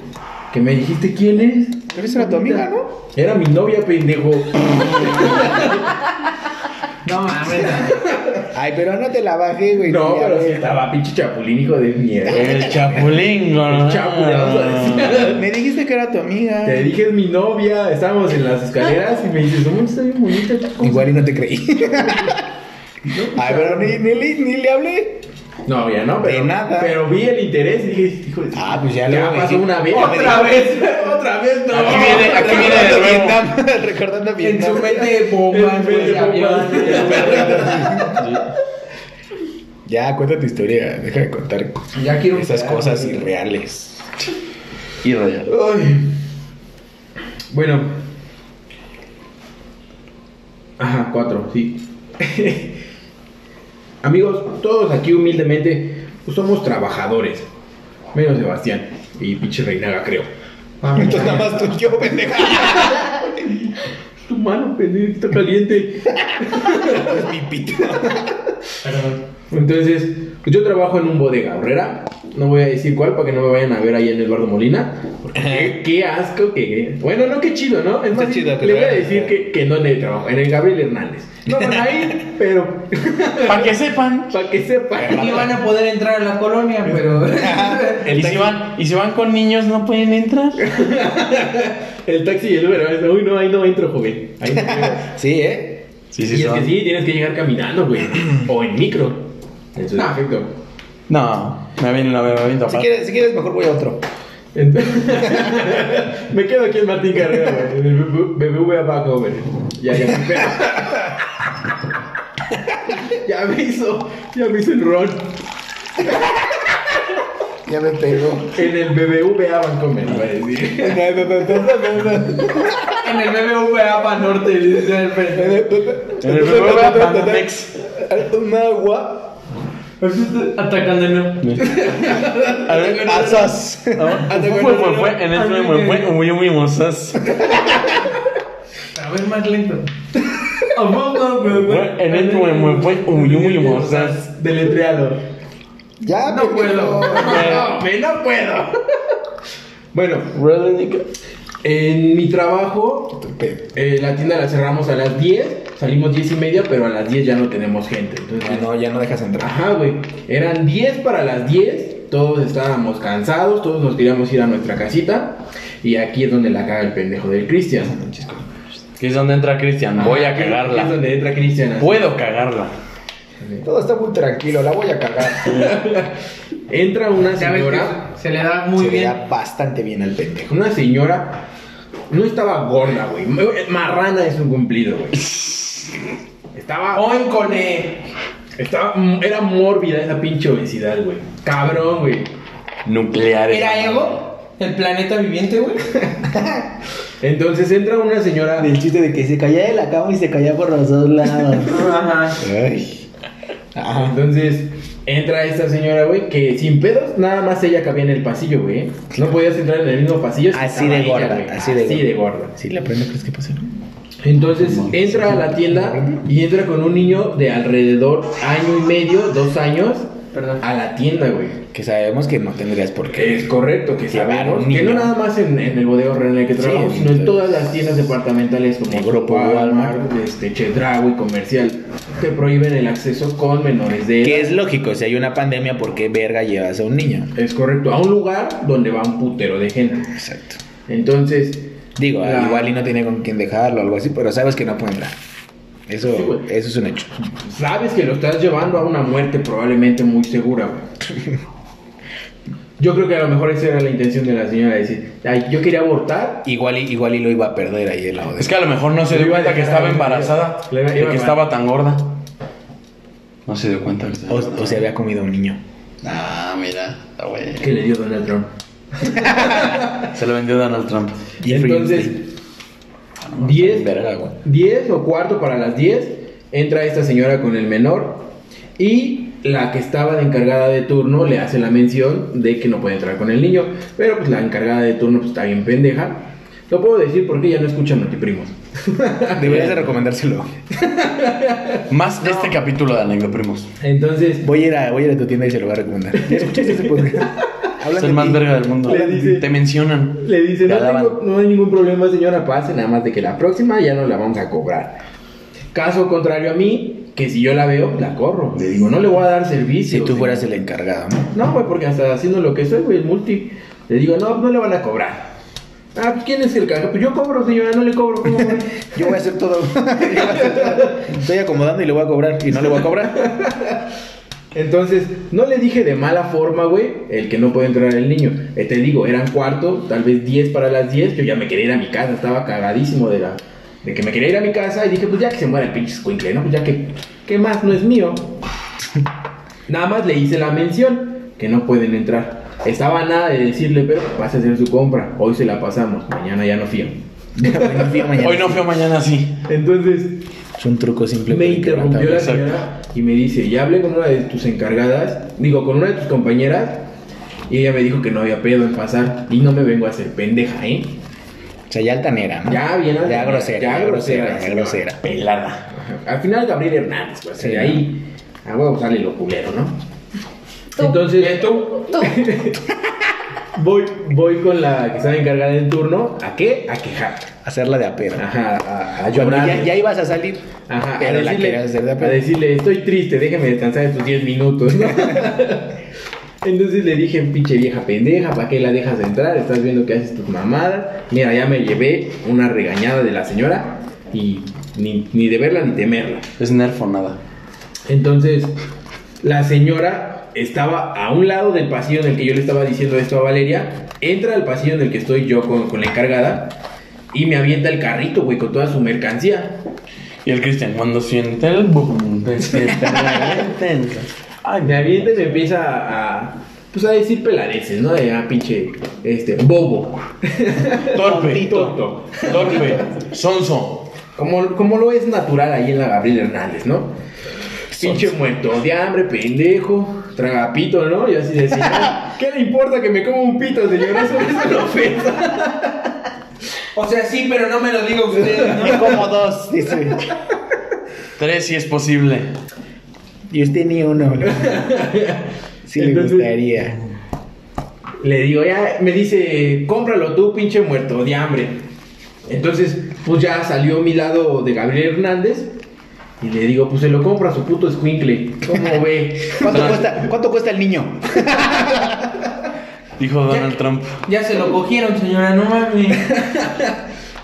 E: Que me dijiste quién es.
C: Pero esa era tu amiga, ¿no?
E: Era mi novia, pendejo.
A: No mames.
C: Ay, pero no te la bajé, güey.
E: No,
C: ya
E: pero sí
C: ves.
E: estaba pinche chapulín, hijo de mierda.
D: El chapulín, güey.
E: El chapu, le vamos a decir.
C: Me dijiste que era tu amiga.
E: Te dije es mi novia, estábamos en las escaleras y me dices, ¿cómo está bien bonita? chico".
C: Igual y no te creí. Ay, pero ni, ni, le- ni le hablé.
E: No, ya no, pero,
C: De nada.
E: pero vi el interés y dije, hijo de
C: Ah, pues ya luego
E: ya
C: me
E: pasó
C: dije-
E: una vez.
C: ya me
E: Otra vez, otra vez, no.
D: Aquí viene, aquí viene de nuevo.
C: Vietnam, recordando
A: En su
C: Vietnam.
A: mente
E: En
A: bombas,
E: su mente
A: güey. aviones,
C: Ya, cuenta tu historia, deja de contar
A: Ya quiero
C: esas
A: empezar,
C: cosas
A: güey.
C: irreales.
D: Y rayado.
E: Ay. Bueno. Ajá, cuatro, sí. Amigos, todos aquí humildemente pues somos trabajadores. Menos Sebastián y pinche Reinaga, creo.
C: Entonces nada más tú y yo, pendeja.
B: Tu mano, pendejo, está caliente.
C: Es mi pito.
E: Entonces, pues yo trabajo en un bodega horrera. No voy a decir cuál para que no me vayan a ver ahí en Eduardo Molina. Porque qué, qué asco que. Bueno, no, qué chido, ¿no? Es
C: Está
E: más,
C: chido que
E: le voy a
C: trabajes,
E: decir
C: ¿verdad?
E: que, que en dónde trabajo. En el Gabriel Hernández. No, bueno, ahí, pero.
D: Para que sepan.
E: Para que sepan.
A: Ni van a poder entrar a la colonia, pero.
D: Y si, van, y si van con niños, no pueden entrar.
E: El taxi y el Uber. ¿verdad? Uy, no, ahí no entro, joven. Ahí no entro.
C: Sí, ¿eh?
D: Sí,
E: y es que sí, tienes que llegar caminando, güey. o en micro. Entonces, perfecto.
D: No, me aviento, no, me aviento.
C: Si quieres, si quieres, mejor voy a otro.
E: Ent- me quedo aquí en Martín Carrera, güey. En el BBV BBV abajo, güey. Ya, ya me pedo. Ya me hizo, ya me hizo el ron.
C: Ya me pegó.
E: En el BBVA Bancomer, va a decir.
A: En el BBVA para norte. dice el Fer.
D: En el BBVA Banamex.
C: Un agua.
A: Atacándonos.
D: A ver,
C: Asas.
D: ¿Ah? fue, fue, fue, fue, en el fue, fue, fue, muy, muy mozas.
A: A ver, más lento. A poco, güey,
D: Fue, En este el fue, fue, fue, muy, muy mozas.
E: Deletreado.
C: Ya
A: No puedo.
E: No, güey, no puedo. Bueno,
D: Really, nigga?
E: en mi trabajo, eh, la tienda la cerramos a las 10. Salimos 10 y media, pero a las 10 ya no tenemos gente. Entonces,
C: No, ya no dejas entrar.
E: Ajá, güey. Eran 10 para las 10. Todos estábamos cansados, todos nos queríamos ir a nuestra casita. Y aquí es donde la caga el pendejo del Cristian.
D: Que es donde entra Cristian. Voy a
E: Ah, Aquí Es
D: cagarla.
E: donde entra Cristian. así.
D: Puedo cagarla.
C: Todo está muy tranquilo, la voy a cagar.
E: Entra una
A: ¿Sabes qué?
E: señora.
A: Se le da
C: Se
A: muy
C: le
A: bien.
C: da bastante bien al pendejo.
E: Una señora. No estaba gorda, güey. Marrana es un cumplido, güey. Estaba.
A: On con E.
E: estaba era mórbida esa pinche obesidad, güey. Cabrón, güey.
D: Nuclear.
A: ¿Era Evo? ¿El planeta viviente, güey?
E: Entonces entra una señora.
C: El chiste de que se caía de la cama y se caía por los dos lados.
A: Ajá.
C: Ay. Ajá.
E: Entonces entra esta señora, güey, que sin pedos, nada más ella cabía en el pasillo, güey. ¿eh? No podías entrar en el mismo pasillo. si
C: Así
E: estaba
C: de
E: ella,
C: gorda,
E: güey.
C: así de
E: así de gorda.
C: Sí, la prenda crees que pasó.
E: Entonces entra a la tienda y entra con un niño de alrededor año y medio, dos años,
A: Perdón.
E: a la tienda, güey.
C: Que sabemos que no tendrías por qué.
E: Es correcto, que sabemos.
C: un
E: Que no
C: niño.
E: nada más en, en el bodeo en el que
C: Sí,
E: trabajo,
C: sí,
E: sino en
C: sí.
E: todas las tiendas departamentales como
C: El grupo Walmart.
E: este, Chedraui, comercial, te prohíben el acceso con menores de edad.
C: Que es lógico, si hay una pandemia, ¿por qué verga llevas a un niño?
E: Es correcto, a un lugar donde va un putero de gente.
C: Exacto.
E: Entonces,
C: Digo,
E: La-
C: igual y no tiene con quién dejarlo o algo así, pero sabes que no puede entrar. Eso,
E: Sí, güey.
C: eso es un hecho.
E: sabes que lo estás llevando a una muerte probablemente muy segura, güey. Yo creo que a lo mejor esa era la intención de la señora, decir, "Ay, yo quería abortar.
C: Igual y, igual y lo iba a perder ahí el lado de
D: Es que a lo mejor no se dio
E: Le iba a
D: cuenta que
E: dejar
D: estaba
E: a-
D: embarazada.
E: le
D: De
E: iba- iba
D: que
E: a-
D: estaba tan gorda. No se dio cuenta.
C: O, o se había comido un niño.
D: Ah, mira. está bueno.
E: Que le dio Donald Trump.
D: Se lo vendió Donald Trump.
C: Jeffrey
E: Entonces,
C: Epstein.
E: 10,
C: Verga, güey.
E: 10 o cuarto para las 10, entra esta señora con el menor y la que estaba de encargada de turno le hace la mención de que no puede entrar con el niño, pero pues la encargada de turno pues, está bien pendeja. Lo puedo decir porque ella no escucha multiprimos.
C: Deberías de recomendárselo.
D: Más de este capítulo de Anécdota, primos.
E: Entonces,
C: Voy a ir a, voy a, ir a tu tienda y se lo voy a recomendar. ¿Escuchaste ese podcast? Hablan
D: Es
C: de
D: el más
C: ti.
D: verga del mundo.
E: Le dice-
D: Te mencionan.
E: le dice,
D: Te
E: no,
D: alaban.
E: tengo- no hay ningún problema señora, pase, nada más de que la próxima ya no la vamos a cobrar. Caso contrario a mí, que si yo la veo, la corro. Le digo, no le voy a dar servicio.
C: Si tú
E: señora.
C: fueras el encargado, ¿no?
E: No, güey, porque hasta haciendo lo que soy, güey, el multi. Le digo, no, no le van a cobrar. Ah, pues, ¿quién es el cajero? Pues yo cobro, señora, no le cobro. ¿cómo güey?
C: Yo voy a hacer todo. Yo voy a hacer todo. Estoy acomodando y le voy a cobrar. Y no le voy a cobrar.
E: Entonces, no le dije de mala forma, güey, el que no puede entrar el niño. Eh, te digo, eran cuarto, tal vez 10 para las 10. Yo ya me quería ir a mi casa, estaba cagadísimo de la. De que me quería ir a mi casa y dije, pues ya que se muera el pinche escuincle, ¿no? Pues ya que, ¿qué más? No es mío. Nada más le hice la mención que no pueden entrar. Estaba nada de decirle, pero vas a hacer su compra. Hoy se la pasamos, mañana ya no fío.
C: Hoy no fui, mañana
D: Hoy no fue mañana sí.
E: Entonces,
C: Es un truco simple.
E: me
C: pero
E: interrumpió la
C: inquebrantable.
E: señora y me dice, ya hablé con una de tus encargadas, digo, con una de tus compañeras, Y ella me dijo que no había pedo en pasar. Y no me vengo a hacer pendeja, ¿eh?
C: O sea, ya altanera, ¿no?
E: Ya, bien altanera.
C: Ya grosera.
E: Ya
C: Ya
E: grosera,
C: grosera. Ya
E: sí,
C: grosera. Pelada.
E: Al final Gabriel Hernández, pues,
C: Sí,
E: de
C: ¿no?
E: ahí a huevo sale lo culero, ¿no?
H: Tú.
E: Entonces,
H: Tú.
E: voy, voy con la que estaba encargada del turno, ¿a qué? A quejar.
C: Hacerla de apera.
E: Ajá, a, a
C: Cuando
E: llorar.
C: ya, ya ibas a salir.
E: Ajá,
C: pero
E: a,
C: la
E: decirle,
C: querías hacer de
E: a
C: apera.
E: decirle, estoy triste, déjeme descansar estos 10 minutos, ¿no? Entonces le dije, pinche vieja pendeja, ¿para qué la dejas entrar? Estás viendo que haces tus mamadas. Mira, ya me llevé una regañada de la señora y ni, ni de verla ni temerla.
D: Es nerf o nada.
E: Entonces, la señora estaba a un lado del pasillo en el que yo le estaba diciendo esto a Valeria. Entra al pasillo en el que estoy yo con, con la encargada y me avienta el carrito, güey, con toda su mercancía.
D: Y el Cristian, cuando siente el boom, te siente la intensa.
E: Ay, me avienta y me empieza a. Pues a decir peladeces, ¿no? De ah, pinche. Este, bobo. este
D: Torpe,
E: Tonto.
D: torpe, sonso.
E: Como, como lo es natural ahí en la Gabriel Hernández, ¿no? Pinche muerto de hambre, pendejo, tragapito, ¿no? Y así decía, ¿qué le importa que me coma un pito, señora? Eso eso no ofensa.
A: O sea, sí, pero no me lo digo usted, ¿no?
C: Como dos, dice.
D: Tres si es posible.
C: Y usted ni uno. Sí le
E: Entonces-
C: gustaría.
E: Le digo, ya, me dice, cómpralo tú, pinche muerto de hambre. Entonces, pues ya salió mi lado de Gabriel Hernández y le digo, pues se lo compra a su puto escuincle. ¿Cómo ve?
C: ¿Cuánto cuesta, ¿Cuánto cuesta el niño?
D: Dijo Donald Trump.
A: Ya se lo cogieron, señora, no mames.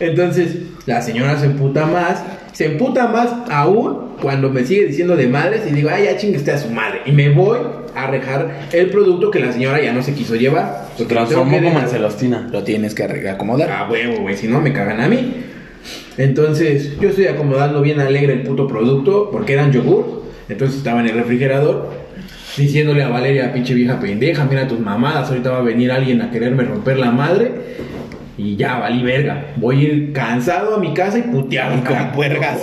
E: Entonces, la señora se emputa más, se emputa más aún cuando me sigue diciendo de madres y digo, ay, ya chingue usted a su madre. Y me voy a rejar el producto que la señora ya no se quiso llevar.
D: Se
E: porque lo tengo
D: transformó
E: que
D: como en
E: dejar.
D: Celostina.
C: Lo tienes que arreglar, acomodar.
E: A Ah, huevo, güey, si no me cagan a mí. Entonces, yo estoy acomodando bien alegre el puto producto porque eran yogur. Entonces estaba en el refrigerador diciéndole a Valeria, pinche vieja pendeja, mira tus mamadas, ahorita va a venir alguien a quererme romper la madre. Y ya, valí verga. Voy a ir cansado a mi casa y puteado.
C: con
E: como
C: puergas.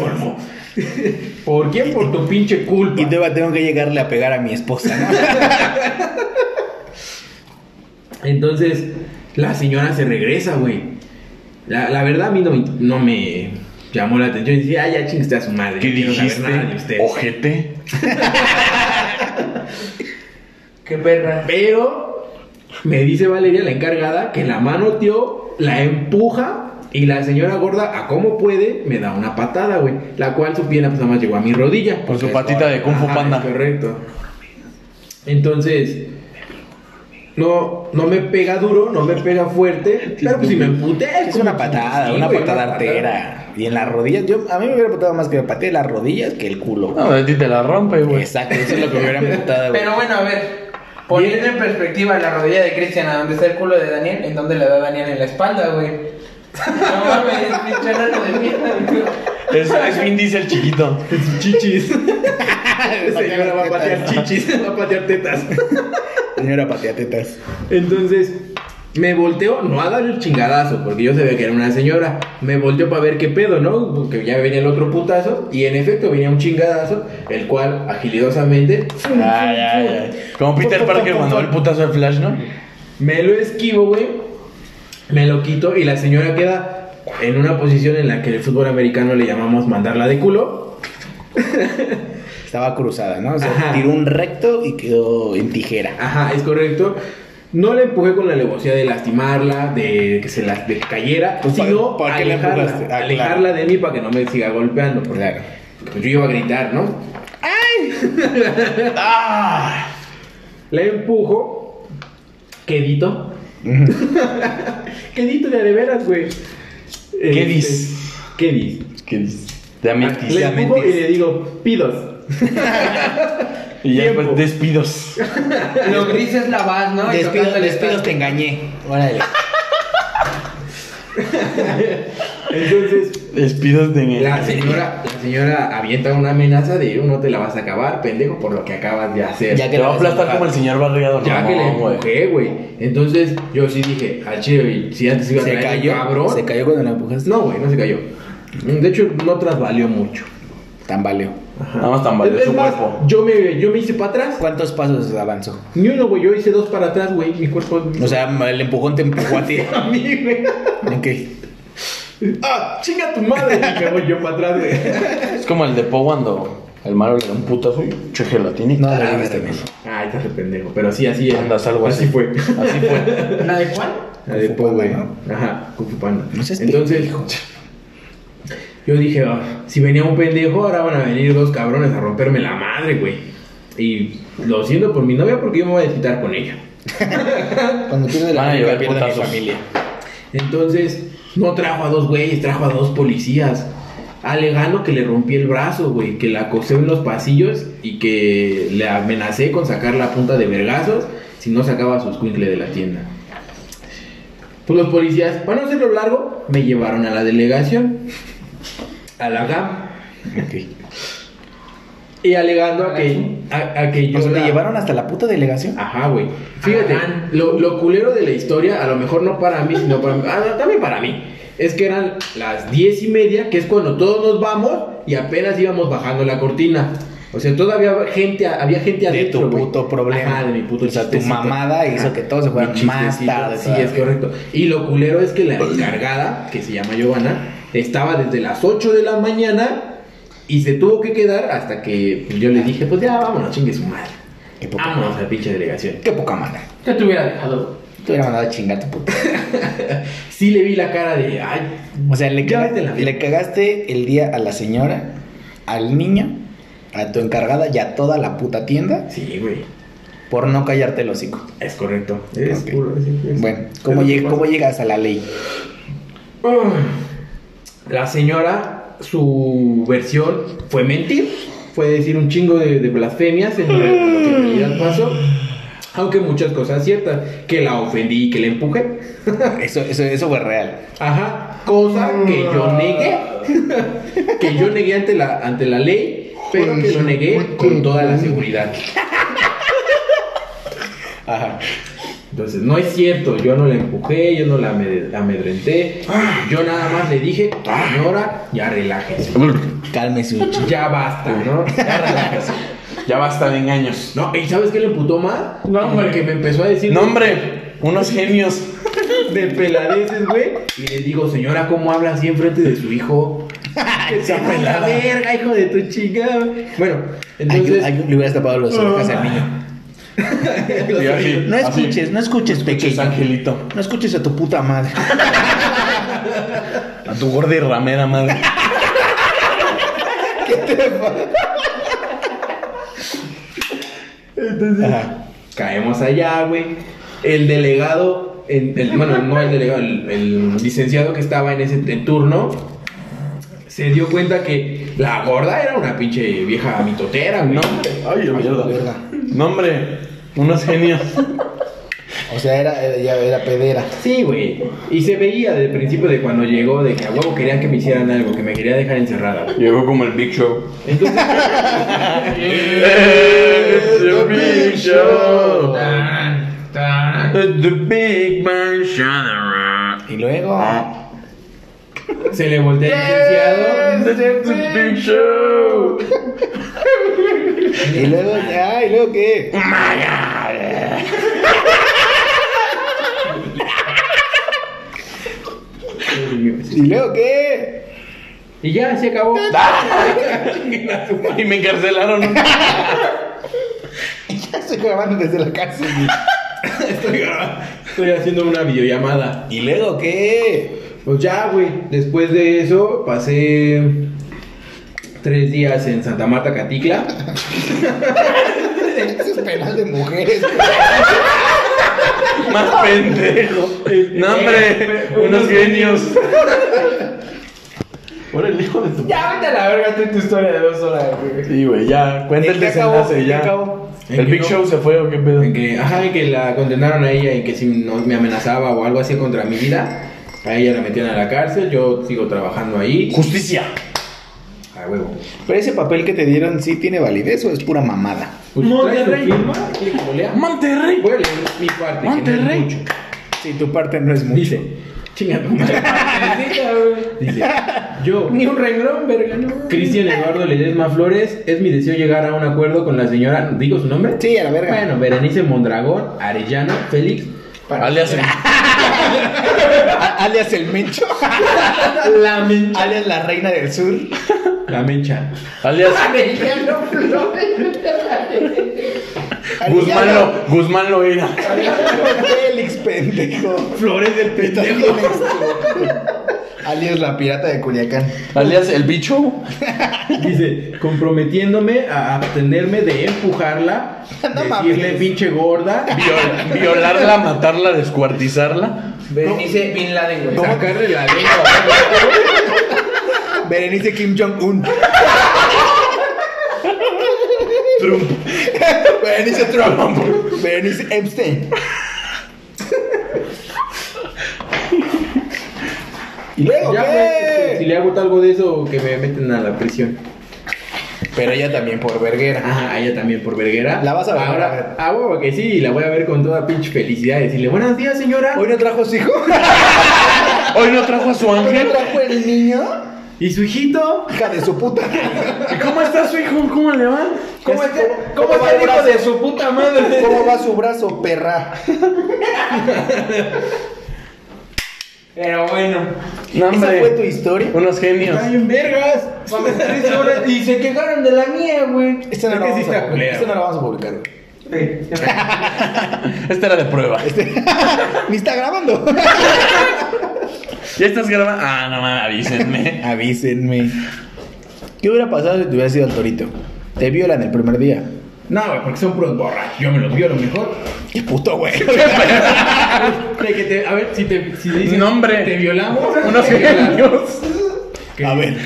E: ¿Por qué? Por tu pinche culpa.
C: Y todavía tengo que llegarle a pegar a mi esposa, ¿no?
E: Entonces, la señora se regresa, güey. La, la verdad, a mí no, me- no me llamó la atención. Dice, ah, ya chingaste a su madre.
D: ¿Qué
E: no quiero saber nada de
D: dijiste?
E: ustedes".
D: Ojete.
A: Qué perra.
E: Pero me dice Valeria, la encargada, que la mano, tío, la empuja. Y la señora gorda, a como puede, me da una patada, güey. La cual su pierna, pues nada más llegó a mi rodilla.
D: Con su patita de Kung Fu
E: Ajá,
D: Panda.
E: Correcto. Entonces, no, no me pega duro, no me pega fuerte. Pero pues si me emputé.
C: Es
E: como
C: una
E: que-
C: patada,
E: sí,
C: una
E: güey,
C: patada artera. Y en las rodillas, yo, a mí me hubiera putado más que me patee las rodillas que el culo.
D: No, a ti te la rompe, Ah, güey.
C: Exacto, eso es lo que me hubiera putado, güey.
A: Pero bueno, a ver. Poniendo en perspectiva la rodilla de Cristian a donde está el culo de Daniel, en donde le da Daniel en la espalda, güey. No mames, pinche enano de mierda, güey.
D: Es, es Vin Diesel chiquito.
E: Chichis. Esa señora va a patear chichis, va a patear tetas.
C: Señora pateatetas.
E: Entonces, me volteo, no a dar el chingadazo, porque yo sabía que era una señora. Me volteo para ver qué pedo, ¿no? Porque ya venía el otro putazo. Y en efecto, venía un chingadazo, el cual agilidosamente
D: Ay, ay, ay. Como Peter Parker cuando ve el putazo de Flash, ¿no?
E: me lo esquivo, güey. Me lo quito y la señora queda en una posición en la que el fútbol americano le llamamos mandarla de culo.
C: Estaba cruzada, ¿no? O sea,
E: Ajá.
C: tiró un recto y quedó en tijera.
E: Ajá, es correcto. No le empujé con la alevosía de lastimarla, de que se la, de que cayera,
C: Pues, ¿para-
E: sino
C: para qué la
E: alejarla,
C: empujaste? Ah, claro.
E: alejarla de mí para que no me siga golpeando. porque
C: Claro.
E: Pues yo iba a gritar, ¿no?
D: ¡Ah!
E: La empujo. Quedito. Quedito de a de veras, güey. Este,
D: dis?
E: ¿Qué dis?
D: ¿Qué dices? Te amentis.
E: Le empujo y le digo, pidos.
D: Y ya
E: tiempo.
D: pues despidos.
A: Lo gris es la vas, Ah, ¿no? Y
C: Despido,
A: tocándole
C: despido,
A: esta-
C: te engañé. Órale.
E: Entonces,
D: Despidos de
E: la señora, la señora avienta una amenaza de no te la vas a acabar, pendejo, por lo que acabas de hacer.
C: Ya
D: Te va a aplastar como el señor barrigado.
E: Ya que le
D: Ramón, güey.
E: empujé, güey. Entonces, yo sí dije, ah, che, si antes iba a
C: Se
E: traer un
C: cayó.
E: cabrón.
C: Se cayó cuando la empujaste.
E: No, güey, no se cayó. De hecho, no trasvalió mucho.
C: Tambaleó.
D: Nada más tambaleó
E: Es- es
D: su
E: más,
D: cuerpo.
E: Yo me, yo me hice para atrás.
C: ¿Cuántos pasos avanzó?
E: Ni uno, güey. Yo hice dos para atrás, güey. Mi cuerpo.
C: O sea, el empujón te empujó a ti.
E: a mí, güey.
C: Ok.
E: ¡Ah! ¡Chinga tu madre! Y me voy yo para atrás, güey.
D: Es como el de Po cuando el malo le da un putazo y che gelatina. y
C: No,
D: tarara,
C: la viste Ah, bien.
E: Ay, Ah, estás de pendejo. Pero sí, así es.
D: Andas algo
E: así.
D: así.
E: fue.
D: Así fue.
A: ¿La de cuál?
E: La de
C: Kung Fu
E: Po,
C: Panda,
E: güey.
C: ¿no?
E: Ajá, Kung Fu Panda.
C: No seas
E: Entonces, yo dije, "Ah, si venía un pendejo, ahora van a venir dos cabrones a romperme la madre, güey. Y lo siento por mi novia porque yo me voy a desquitar con ella.
C: Cuando pierde
D: Van a
C: la
D: llevar
C: amiga, pierde a mi
D: putazos.
C: familia.
E: Entonces, no trajo a dos güeyes, trajo a dos policías. Alegando que le rompí el brazo, güey, que la acosé en los pasillos y que le amenacé con sacar la punta de vergazos si no sacaba sus cuincle de la tienda. Pues los policías, para no hacerlo largo, me llevaron a la delegación, a la GAM, y alegando a que, a, a que yo.
C: O sea, te
E: la-
C: llevaron hasta la puta delegación. Ah,
E: Ajá, güey. Fíjate, lo, lo culero de la historia, a lo mejor no para mí, sino para ah, también para mí, es que eran las diez y media, que es cuando todos nos vamos y apenas íbamos bajando la cortina. O sea, todavía había gente, había gente
C: De
E: adentro.
C: tu
E: güey.
C: puto problema.
E: Ajá, de mi puto
C: O sea, tu
E: chistecito.
C: mamada hizo que todos se
E: mi
C: fueran más
E: chistecito,
C: tarde,
E: Sí,
C: ¿verdad?
E: es correcto. Y lo culero es que la encargada, que se llama Giovanna, estaba desde las 8 de la mañana y se tuvo que quedar hasta que yo le dije, pues ya vámonos, chingue su madre.
C: Qué poca,
E: Vámonos a la pinche delegación.
C: qué poca madre.
A: ¿Qué te hubiera dejado?
C: Te hubiera mandado a chingar tu puta.
E: Sí le vi la cara de, ay,
C: O sea, le,
E: Ya
C: caga-
E: vete a la
C: le cagaste el día a la señora, al niño, a tu encargada y a toda la puta tienda
E: sí, güey,
C: por no callarte el hocico.
E: es correcto. Es
C: Ok.
E: puro, es- es-
C: Bueno, ¿cómo,
E: es lo que
C: lleg-
E: pasa.
C: ¿cómo llegas a la ley?
E: La señora, su versión fue mentir, fue decir un chingo de, de blasfemias en lo que en realidad pasó. Aunque muchas cosas ciertas, que la ofendí y que la empujé.
C: Eso, eso, eso fue real.
E: Ajá, cosa que yo negué. que yo negué ante la, ante la ley, pero que lo negué con toda la seguridad.
C: Ajá.
E: Entonces, no es cierto, yo no la empujé, yo no la amed- la amedrenté. Yo nada más le dije, señora, ya relájese.
C: Calme su ch-
E: Ya basta, ¿no? Ya relájese.
D: Ya basta de engaños.
E: No, ¿y sabes qué le emputó más?
A: No, hombre.
E: Que me empezó a decir
D: No, hombre, unos genios.
E: de peladeces, güey. Y le digo, señora, ¿cómo habla así enfrente de su hijo? Que te hagas la verga, hijo de tu chingada. Bueno, entonces. Ah.
C: Ay, ay, le hubieras tapado los orejas al niño.
D: Y así,
C: No
D: así,
C: escuches, no escuches,
D: "Pinches
C: pequeño.
D: angelito.
C: No escuches a tu puta madre.
D: A tu gorda y ramera madre.
C: Ajá.
E: Caemos allá, güey. El delegado, en- el- bueno, no el delegado, el, el licenciado que estaba en ese en turno, se dio cuenta que la gorda era una pinche vieja mitotera, güey.
D: No, hombre. Ay, mierda. No, hombre, unos genios.
C: O sea, era, era- ya era pedera.
E: Sí, güey. Y se veía desde el principio de cuando llegó, de que a huevo querían que me hicieran algo, que me quería dejar encerrada. güey.
D: Llegó como el Big Show.
E: Entonces,
D: It's the Big Show.
A: Tan, tan.
D: It's the Big Man Shannon.
C: Y luego.
E: Ah. se le voltea el licenciado.
D: It's the Big Show.
C: Y luego, ay, ¿y luego qué? ¿Y luego qué?
E: Y ya, se acabó. Ah,
D: Y me encarcelaron.
C: Ya estoy grabando desde la casa.
E: Estoy, grabando. Estoy haciendo una videollamada.
C: ¿Y luego qué?
E: Pues ya, güey. Después de eso, pasé tres días en Santa Marta, Caticla.
C: Ese es penal de mujeres.
D: Más pendejo. No, hombre, unos genios. Por el hijo de tu.
A: Ya, vete a la verga tú y tu historia de dos horas, güey.
D: Sí, güey, ya. Cuenta el
C: ¿En qué acabó?
D: desenlace,
C: ¿En qué
D: ya.
C: acabó?
D: ¿El Big Show se fue o qué pedo?
E: En que, ajá, en que la condenaron a ella y que si no me amenazaba o algo así contra mi vida, a ella la metían a la cárcel. Yo sigo trabajando ahí.
D: Justicia.
E: A huevo.
C: Pero ese papel que te dieron, ¿sí tiene validez o es pura mamada?
E: Pues,
A: Monterrey.
E: trae su firma, clic, colea.
D: Monterrey.
E: Voy a leer mi parte. que no es
D: Monterrey.
E: mucho.
C: Si tu parte no es mucho.
E: Dice, chinga tu madre. Dice, Yo,
A: Ni un renglón, verga, no.
E: Cristian Eduardo Ledesma Flores, es mi deseo llegar a un acuerdo con la señora, ¿digo su nombre?
C: Sí, a la verga.
E: Bueno, Berenice Mondragón, Arellano, Félix,
D: Alias,
C: A- alias el Mencho.
E: La Mencha.
C: Alias la reina del sur.
E: La Mencha.
D: alias Guzmán,
C: Alias-
D: lo, Guzmán Loera.
C: Félix, pendejo. Flores del pendejo. Alias la pirata de Culiacán.
D: Alias el bicho.
E: Dice, comprometiéndome a abstenerme de empujarla,
C: No mames.
E: decirle pinche gorda,
D: Viol- violarla, matarla, descuartizarla.
A: Berenice Bin Laden, güey.
E: sacarle la lengua.
C: Berenice Kim Jong-un.
D: Trump.
C: Berenice Trump. Berenice Epstein. ¿Y luego
E: Ya,
C: qué?
E: güey, si le hago algo de eso, que me meten a la prisión.
C: Pero ella también por verguera.
E: Ah, a ella también por verguera.
C: La vas a ver, a ver.
E: Ahora, ah, huevo que sí, y la voy a ver con toda pinche felicidad. y Decirle, buenos días, señora.
C: ¿Hoy no trajo su hijo?
D: Hoy no trajo a su
C: ¿Hoy no
D: ángel.
C: trajo el niño?
E: ¿Y su hijito?
C: Hija de su puta.
D: ¿Y cómo está su hijo? ¿Cómo le va?
E: ¿Cómo
C: Es-
E: está,
C: ¿cómo
E: cómo
C: va
E: está
C: el
E: el hijo
C: brazo?
E: de su puta madre?
C: ¿Cómo va su brazo, perra?
A: Pero bueno.
D: No,
C: ¿Esa
D: hombre.
C: fue tu historia?
D: Unos genios.
E: Ay, en vergas!
A: Mames, tres horas y se quejaron de la mía, güey.
C: Esta
E: Es
C: no, la
E: que
C: vamos
E: sí
C: a
E: está
C: publicar.
E: culera.
C: Esta no la vamos a publicar. güey.
D: Esta era de prueba.
C: Ni está grabando.
D: ¿Ya estás grabando? Ah, no mames, avísenme.
C: Avísenme. ¿Qué hubiera pasado si te hubieras ido al torito? Te violan el primer día.
E: No, güey, porque son puros borrachos. Yo me los violo mejor.
C: Qué puto, güey.
E: De que te- a ver, si te, si dicen,
D: Nombre.
E: ¿te violamos?
D: Unos
E: te violamos.
D: genios.
C: A ver.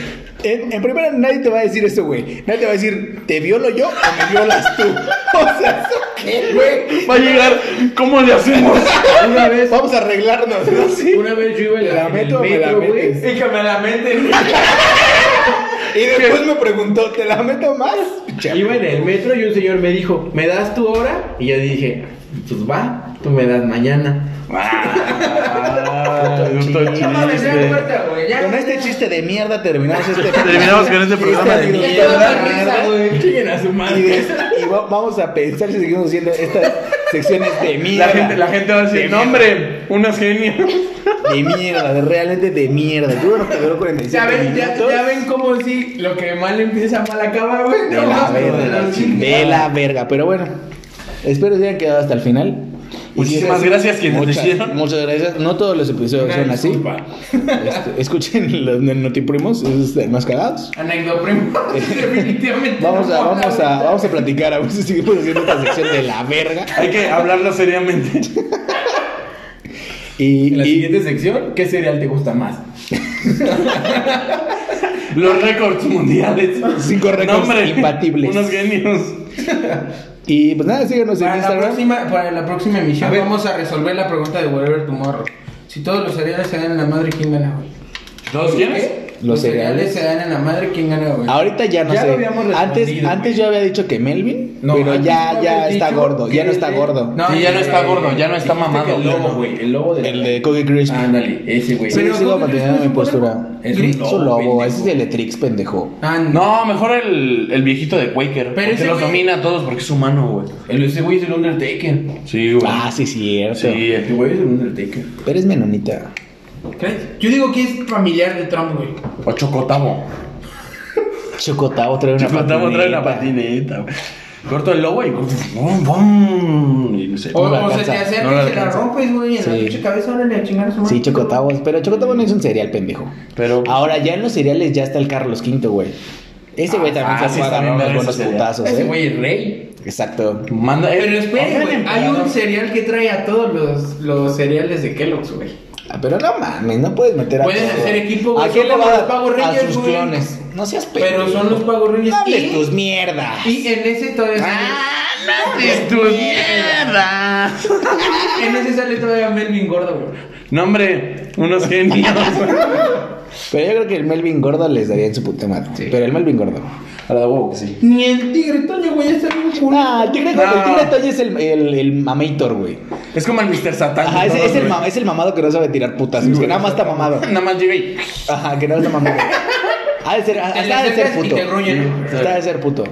C: En, en primera, nadie te va a decir eso, güey. Nadie te va a decir, ¿te violo yo o me violas tú? O sea, ¿eso qué, güey?
D: Va a llegar. ¿Cómo le hacemos?
E: Una vez,
C: Vamos a arreglarnos, ¿no?
E: una vez yo iba en,
C: ¿Te la
E: la, en el
C: meto o me la
E: metro, güey.
C: metes?
A: Y que me la meten.
C: Y después me preguntó, ¿te la meto más?
E: Iba en el metro y un señor me dijo, ¿me das tu hora? Y yo dije, pues va, tú me das mañana.
D: Ah, puto
A: No mames, ya
D: chiste.
A: corta, güey. Ya.
C: Con este chiste de mierda terminamos este
D: Terminamos con este programa de
C: anécdota
A: mierda.
C: de
A: Risa, güey.
E: Chinguen a su
C: Y,
E: madre.
C: des- y va- vamos a pensar si seguimos haciendo estas secciones de mierda.
D: La gente, la gente va a
C: De
D: decir,
C: mierda.
D: no, hombre, unos genios.
C: De mierda, de- realmente de mierda. Yo creo que duró 47
A: Ya ven, ya,
C: minutos.
A: ya ven cómo sí, lo que mal empieza, mal acaba, güey.
C: De
A: No
C: la
A: mames,
C: verga.
A: no, no,
C: De la verga. Pero bueno, espero que se hayan quedado hasta el final. Y si es
D: Muchísimas
C: así,
D: gracias quienes lo
C: muchas-
D: hicieron.
C: Muchas gracias. No todos los episodios son así. Este, escuchen los de Notiprimos, esos de más cagados.
A: Anécdota, primo. Definitivamente.
C: Vamos a,
A: no,
C: vamos a, vamos a platicar a ver si seguimos haciendo esta sección de la verga.
D: Hay que hablarlo seriamente.
C: Y,
E: En la
C: y-
E: siguiente sección, ¿qué cereal te gusta más?
D: Los récords mundiales.
C: Cinco récords imbatibles.
D: Unos genios.
C: y, pues nada, síganos en
A: Para la,
C: Instagram.
A: próxima, para la próxima emisión vamos a resolver la pregunta de Whatever Tomorrow. Si todos los cereales se dan en la madre, ¿quién gana, güey?
D: ¿Todos quiénes?
A: ¿Qué?
C: Los
A: Los, cereales.
C: cereales.
A: se dan en la madre, ¿quién gana, güey?
C: Ahorita ya no
E: Ya
C: sé.
E: lo habíamos
C: antes,
E: respondido,
C: antes yo había dicho que Melvin,
E: No,
C: pero
E: antes
C: ya,
E: habías
C: ya está
E: dicho
C: gordo, ya
E: que
C: no está
E: el-
C: gordo.
A: No,
D: sí, ya no está
A: eh,
D: gordo, ya no está
E: Dijiste que
D: mamado.
E: El lobo, güey. El lobo de
C: El de Cookie Crisp.
E: Ándale, ese, güey.
C: Sí,
A: Ah, Pero,
C: sigo
A: ¿cómo
C: manteniendo
A: crees
C: mi
A: que es un
C: postura.
A: lobo?
C: Es
E: Es
C: un
E: un
C: lobo,
E: lobo, pendejo.
C: ese es el Etrix, pendejo.
A: Ah,
D: No, mejor el, el viejito de Quaker.
A: Pero
D: porque
A: ese
D: los
A: güey-
D: domina a todos porque es humano, güey.
E: El, ese güey es el Undertaker.
D: Sí, güey.
C: Ah, sí, cierto.
D: sí,
E: Ese güey es el Undertaker.
C: Pero es menonita.
A: ¿Crees? Yo digo que es familiar de Trump, güey.
D: O Chocotamo.
C: Chocotavo trae una
D: Chocotamo trae una
C: patineta.
D: patineta, güey. Corto el lobo y. bum, bum, y no sé.
A: O,
C: No la
A: o se te
C: alcanza,
A: acerca
D: no la
A: y se la
D: alcanza.
A: rompes, güey, en la
C: Sí.
A: pinche cabeza, órale a chingar a su madre.
C: Sí, Chocotavo. Pero Chocotavo no es un cereal, pendejo.
D: Pero.
C: Ahora ya en los cereales ya está el Carlos V, güey. Ese güey también
D: ah,
C: se
D: sí,
C: puede
D: también verga
C: agarrar unos buenos
D: ese cereal.
C: putazos,
E: Ese
C: ¿eh?
E: güey es rey.
C: Exacto.
D: Manda. eh,
A: Pero esperen,
D: Oigan,
A: güey, hay
D: emperador.
A: un cereal que trae a todos los, los cereales de Kellogg's, güey.
C: Ah, Pero no mames, no puedes meter a
A: Pueden
C: todo.
A: hacer equipo, güey,
C: ¿A quién
A: son
C: le
A: como
C: va a
A: los Power
C: dar? A
A: Rangers,
C: sus
A: güey.
C: clones. No seas pendejo.
A: Pero son los Power
C: No
A: Rangers.
C: hables
A: y,
C: tus mierdas.
A: y en ese todavía sale,
C: ¡Ah, no hables tus mierdas!
A: en ese sale todavía Melvin gordo, güey.
D: No, hombre, unos genios.
C: Pero yo creo que el Melvin Gordo les daría en su puta madre. Pero el Melvin Gordo.
D: A la de huevo que sí.
A: Ni el tigre Toño, güey, está bien culero.
C: Ah, el tigre,
D: No.
C: el tigre Toño es el, el, el mamator, güey.
D: Es como el Mr. Satán.
C: Ajá, es,
D: Todo,
C: es el,
D: güey.
C: ma- es el mamado que no sabe tirar putas. que nada más está mamado.
D: Nada más llega y.
C: Ajá, que nada más está mamado. Ha de ser, ha,
A: Te le
C: ha de ser
A: acercas y
C: puto.
A: te gruñen.
C: Está de ser puto.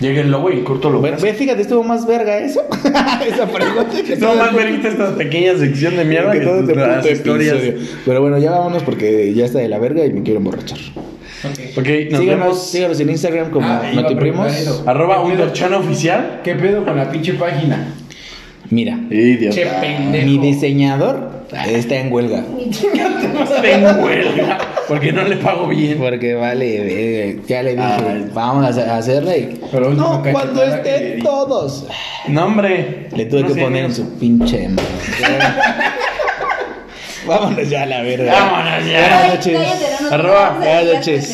D: Llega el lobo y corto lo
C: Ve,
D: ves.
C: ve, fíjate, estuvo más verga eso. Esa pregunta que
D: No más verita esta pequeña sección de mierda
C: Que
D: que
C: todo
D: tus
C: este
D: las
C: puto
D: historias.
C: episodio. Pero bueno, ya vámonos porque ya está de la verga y me quiero emborrachar.
D: Ok, nos
C: Síganos,
D: vemos.
C: síganos en Instagram como
A: Ah, iba a
C: Notiprimos.
A: preguntar eso.
D: Arroba un dorchano oficial.
A: ¿Qué pedo con la pinche página?
C: Mira,
D: Idiota.
A: Che pendejo.
C: mi diseñador está en huelga.
D: Tengo huelga. Porque no le pago bien.
C: Porque vale, verga, ya le dije, vamos a hacer- a hacerla y...
A: Ah. Pero
C: no,
A: última
C: cuando
A: cachetada que le
C: estén
A: di.
C: todos.
D: No, hombre.
C: Le tuve
D: No
C: que
D: sé,
C: poner en
D: mira.
C: su pinche madre. Vámonos ya a la verga.
D: Vámonos ya.
C: Buenas
H: Ay,
C: noches.
H: cállate, no nos
D: Arroba,
H: vamos a dedicar
C: buenas noches.